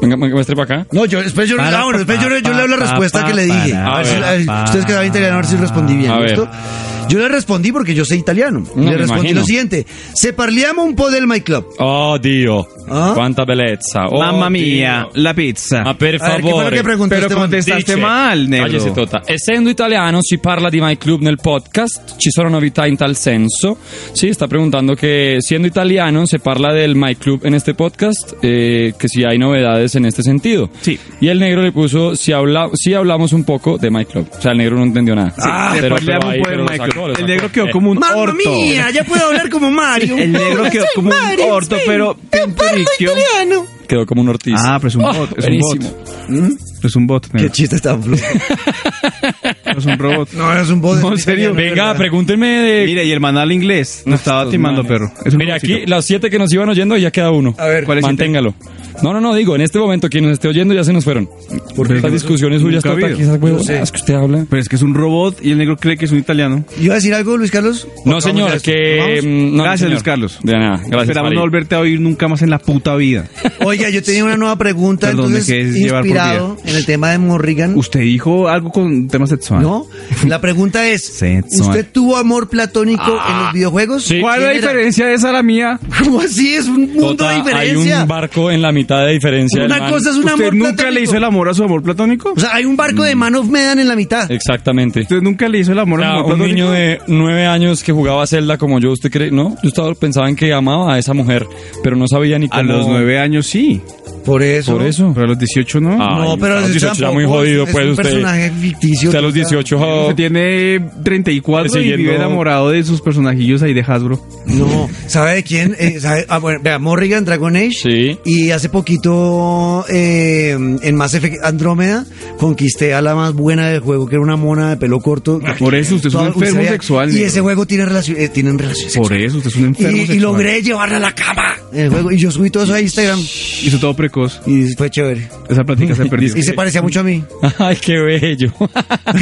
Speaker 3: Venga, venga, muestre para acá.
Speaker 1: No, yo después yo,
Speaker 2: Para,
Speaker 1: ah, bueno, después yo, yo le doy la
Speaker 2: pa,
Speaker 1: respuesta
Speaker 2: pa,
Speaker 1: que le dije.
Speaker 2: para,
Speaker 1: A ver si-
Speaker 3: para,
Speaker 1: a ver,
Speaker 2: para.
Speaker 1: ustedes que saben italiano, a ver si respondí bien.
Speaker 3: A ver.
Speaker 1: ¿listo? Yo le respondí porque yo sé italiano.
Speaker 3: No,
Speaker 1: le
Speaker 3: me
Speaker 1: respondí
Speaker 3: imagino.
Speaker 1: lo siguiente: Se parliamo un po' del my club.
Speaker 3: Oh, Dio.
Speaker 1: Ah.
Speaker 3: Cuánta belleza. Oh,
Speaker 2: Mamma mía,
Speaker 3: Dio.
Speaker 2: la pizza.
Speaker 3: Ma per
Speaker 1: A ver, ¿qué fue lo
Speaker 3: favore.
Speaker 1: que pregunté
Speaker 2: Pero
Speaker 1: este man?
Speaker 2: contesta- Staste
Speaker 3: Dice,
Speaker 2: mal, negro.
Speaker 3: Cállese, Tota. Essendo italiano, si parla di My Club nel podcast. Ci sono novità in tal senso. Sí, está preguntando que, siendo italiano, se parla del My Club en este podcast. eh, que si hay novedades en este sentido.
Speaker 2: Sí.
Speaker 3: Y el negro le puso, si, habla, si hablamos un poco de My Club. O sea, el negro no entendió nada.
Speaker 2: Ah,
Speaker 3: Sí,
Speaker 2: pero le hago un
Speaker 3: ahí,
Speaker 2: poema,
Speaker 3: pero lo
Speaker 2: Michael.
Speaker 3: sacó, lo
Speaker 2: El
Speaker 3: sacó.
Speaker 2: negro
Speaker 3: Eh,
Speaker 2: quedó como un
Speaker 1: ¡Mamma
Speaker 2: orto.
Speaker 1: mía! Ya puedo hablar como Mario.
Speaker 2: El negro quedó
Speaker 1: Soy
Speaker 2: como un
Speaker 1: Mario,
Speaker 2: orto,
Speaker 1: soy-
Speaker 2: pero
Speaker 1: ¡Yo parlo
Speaker 2: pinturicchio.
Speaker 1: italiano!
Speaker 3: Quedó como un Ortiz.
Speaker 2: Ah, pero es un
Speaker 3: Oh,
Speaker 2: bot, es un
Speaker 3: buenísimo.
Speaker 2: bot. Es un bot,
Speaker 1: Qué
Speaker 2: negro.
Speaker 1: chiste tan flojo.
Speaker 2: es un robot.
Speaker 1: No, es un bot.
Speaker 2: No, en serio.
Speaker 3: Venga, pregúntenme de...
Speaker 2: Mira, y el manal inglés nos estaba
Speaker 3: eh. Estos
Speaker 2: timando,
Speaker 3: manes.
Speaker 2: perro. Es un
Speaker 3: Mira,
Speaker 2: robotcito.
Speaker 3: aquí las siete que nos iban oyendo ya queda uno.
Speaker 1: A ver,
Speaker 2: ¿Cuál es
Speaker 3: Manténgalo. No, no, no, digo, en este momento quien nos esté oyendo ya se nos fueron. Porque estas discusiones
Speaker 2: Nunca
Speaker 3: suyas, Tota,
Speaker 2: habido.
Speaker 3: quizás,
Speaker 1: Yo sé.
Speaker 3: huevonadas que usted habla.
Speaker 2: Pero es que es un robot y el negro cree que es un italiano.
Speaker 1: ¿Iba a decir algo, Luis Carlos?
Speaker 3: No, señor,
Speaker 1: ¿Vamos a
Speaker 3: que...
Speaker 1: esto?
Speaker 3: mm, no,
Speaker 2: Gracias,
Speaker 3: señor.
Speaker 2: Luis Carlos.
Speaker 3: De nada, gracias,
Speaker 2: Esperamos
Speaker 3: Mari.
Speaker 2: no volverte a oír nunca más en la puta vida.
Speaker 1: ¿Vamos? Oiga, yo tenía una nueva pregunta,
Speaker 2: Perdón, me
Speaker 1: entonces,
Speaker 2: quedé llevar por
Speaker 1: inspirado en el tema de Morrigan.
Speaker 2: ¿Usted dijo algo con tema sexual?
Speaker 1: ¿No? La pregunta es,
Speaker 2: Sexual.
Speaker 1: ¿usted tuvo amor platónico en los videojuegos?
Speaker 3: Ah. Sí.
Speaker 2: ¿Cuál es la
Speaker 1: ¿Quién era?
Speaker 2: diferencia de esa a la mía?
Speaker 1: ¿Cómo así? Es un mundo
Speaker 3: Tota,
Speaker 1: de
Speaker 3: hay
Speaker 1: diferencia.
Speaker 3: un barco en la mitad de diferencia.
Speaker 1: Una
Speaker 3: del man.
Speaker 1: cosa es un
Speaker 2: ¿Usted
Speaker 1: amor
Speaker 2: nunca
Speaker 1: platónico.
Speaker 2: le hizo el amor a su amor platónico?
Speaker 1: O sea, hay un barco
Speaker 3: Mm.
Speaker 1: de Man of Medan en la mitad.
Speaker 3: Eh, Exactamente.
Speaker 2: ¿Usted nunca le hizo el amor
Speaker 3: O
Speaker 2: a
Speaker 3: sea,
Speaker 2: su amor
Speaker 3: un
Speaker 2: platónico?
Speaker 3: niño de nueve años que jugaba Zelda como yo, ¿usted cree? No, yo estaba, pensaba en que amaba a esa mujer, pero no sabía ni cómo...
Speaker 2: A los nueve años sí.
Speaker 1: Por eso.
Speaker 3: Por eso.
Speaker 2: Pero a los 18 no.
Speaker 3: Ah.
Speaker 1: No,
Speaker 3: Ay,
Speaker 1: pero
Speaker 3: a los 18 ya
Speaker 1: tampoco,
Speaker 3: muy jodido,
Speaker 1: es
Speaker 3: pues,
Speaker 1: un
Speaker 3: usted.
Speaker 1: personaje ficticio.
Speaker 3: Usted a los
Speaker 1: o sea,
Speaker 3: 18...
Speaker 2: Usted tiene 34 y
Speaker 3: Persiguiendo-
Speaker 2: vive enamorado de sus personajillos ahí de Hasbro.
Speaker 1: No, ¿sabe de quién? Eh, ¿sabe? Ah, bueno, vea, Morrigan, Dragon Age.
Speaker 3: Sí.
Speaker 1: Y hace poquito eh, en Mass Effect Andrómeda conquisté a la más buena del juego, que era una mona de pelo corto.
Speaker 3: Ah,
Speaker 2: Por eso usted es un
Speaker 1: Toda-
Speaker 2: enfermo
Speaker 1: uy, se ve-
Speaker 2: sexual,
Speaker 1: Y
Speaker 2: negro.
Speaker 1: ese juego tiene relación, eh, tienen relación
Speaker 2: Por
Speaker 1: sexual.
Speaker 2: eso, usted es un enfermo
Speaker 1: Y- y,
Speaker 2: sexual.
Speaker 1: logré llevarla a la cama. en El juego. Y yo subí todo eso a Instagram.
Speaker 2: Hizo todo precoz.
Speaker 1: Y fue chévere.
Speaker 2: Esa plática se perdió.
Speaker 1: Y se parecía mucho a mí.
Speaker 3: Ay, qué bello.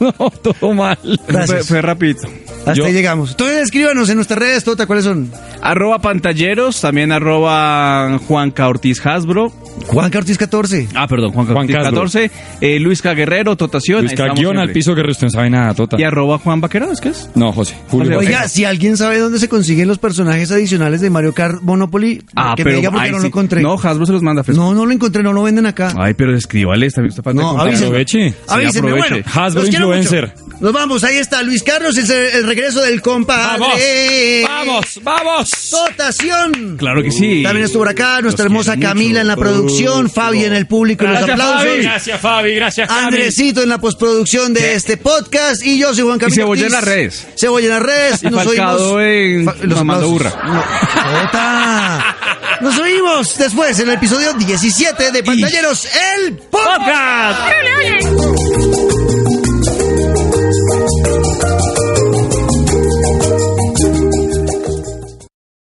Speaker 3: no, todo mal.
Speaker 2: Fue,
Speaker 1: Gracias.
Speaker 2: fue rapidito.
Speaker 1: Hasta
Speaker 3: yo-
Speaker 1: ahí llegamos. Entonces escríbanos en nuestras redes, Tota, ¿cuáles son?
Speaker 2: Arroba pantalleros, también arroba Juanca Ortiz Hasbro.
Speaker 1: Juan Ortiz 14.
Speaker 2: Ah, perdón, Juanca
Speaker 3: Juan
Speaker 2: Ortiz
Speaker 3: Hasbro.
Speaker 2: 14. Eh, Luisca Guerrero, Totación. ahí
Speaker 3: Luis
Speaker 2: estamos
Speaker 3: Caguión al
Speaker 2: siempre.
Speaker 3: piso que usted no sabe nada, Tota.
Speaker 2: Y arroba Juan Vaquerado, ¿es que es?
Speaker 3: No, José. Julio.
Speaker 2: Oiga,
Speaker 1: Oiga, si alguien sabe dónde se consiguen los personajes adicionales de Mario Kart Monopoly, Ah, que me diga porque
Speaker 2: Ah, ay,
Speaker 1: no
Speaker 2: sí.
Speaker 1: lo encontré.
Speaker 2: No, pues Ah, Hasbro se los manda fresco.
Speaker 1: No, no lo encontré, no lo venden acá.
Speaker 2: Ay, pero escríbales, también está falta de
Speaker 1: No,
Speaker 2: contacto.
Speaker 1: avísenme.
Speaker 3: Aproveche.
Speaker 1: Avísenme,
Speaker 2: Sí, aproveche.
Speaker 1: bueno.
Speaker 3: Hasbro
Speaker 1: los quiero
Speaker 3: influencer.
Speaker 1: mucho. Nos vamos, ahí está Luis Carlos, el, el regreso del compadre.
Speaker 3: ¡Vamos! ¡Vamos! ¡Vamos!
Speaker 1: ¡Dotación!
Speaker 2: Claro que sí.
Speaker 1: Uh. También estuvo por acá nuestra
Speaker 2: Los
Speaker 1: hermosa
Speaker 2: quiero mucho.
Speaker 1: Camila en la producción, Fabi en el público y los
Speaker 2: Gracias,
Speaker 1: aplausos.
Speaker 2: Fabi.
Speaker 3: Gracias, Fabi. Gracias,
Speaker 1: Andresito en la postproducción de este podcast y yo soy Juan Camilo.
Speaker 2: Cebolla en
Speaker 1: Ortiz.
Speaker 2: las redes.
Speaker 1: Cebolla en las redes.
Speaker 2: Y Falcado en Mamando
Speaker 1: aplausos.
Speaker 2: Burra.
Speaker 1: No, ¡Jota! Nos oímos después en el episodio 17 de Pantalleros, el podcast.
Speaker 2: ¡Podcast!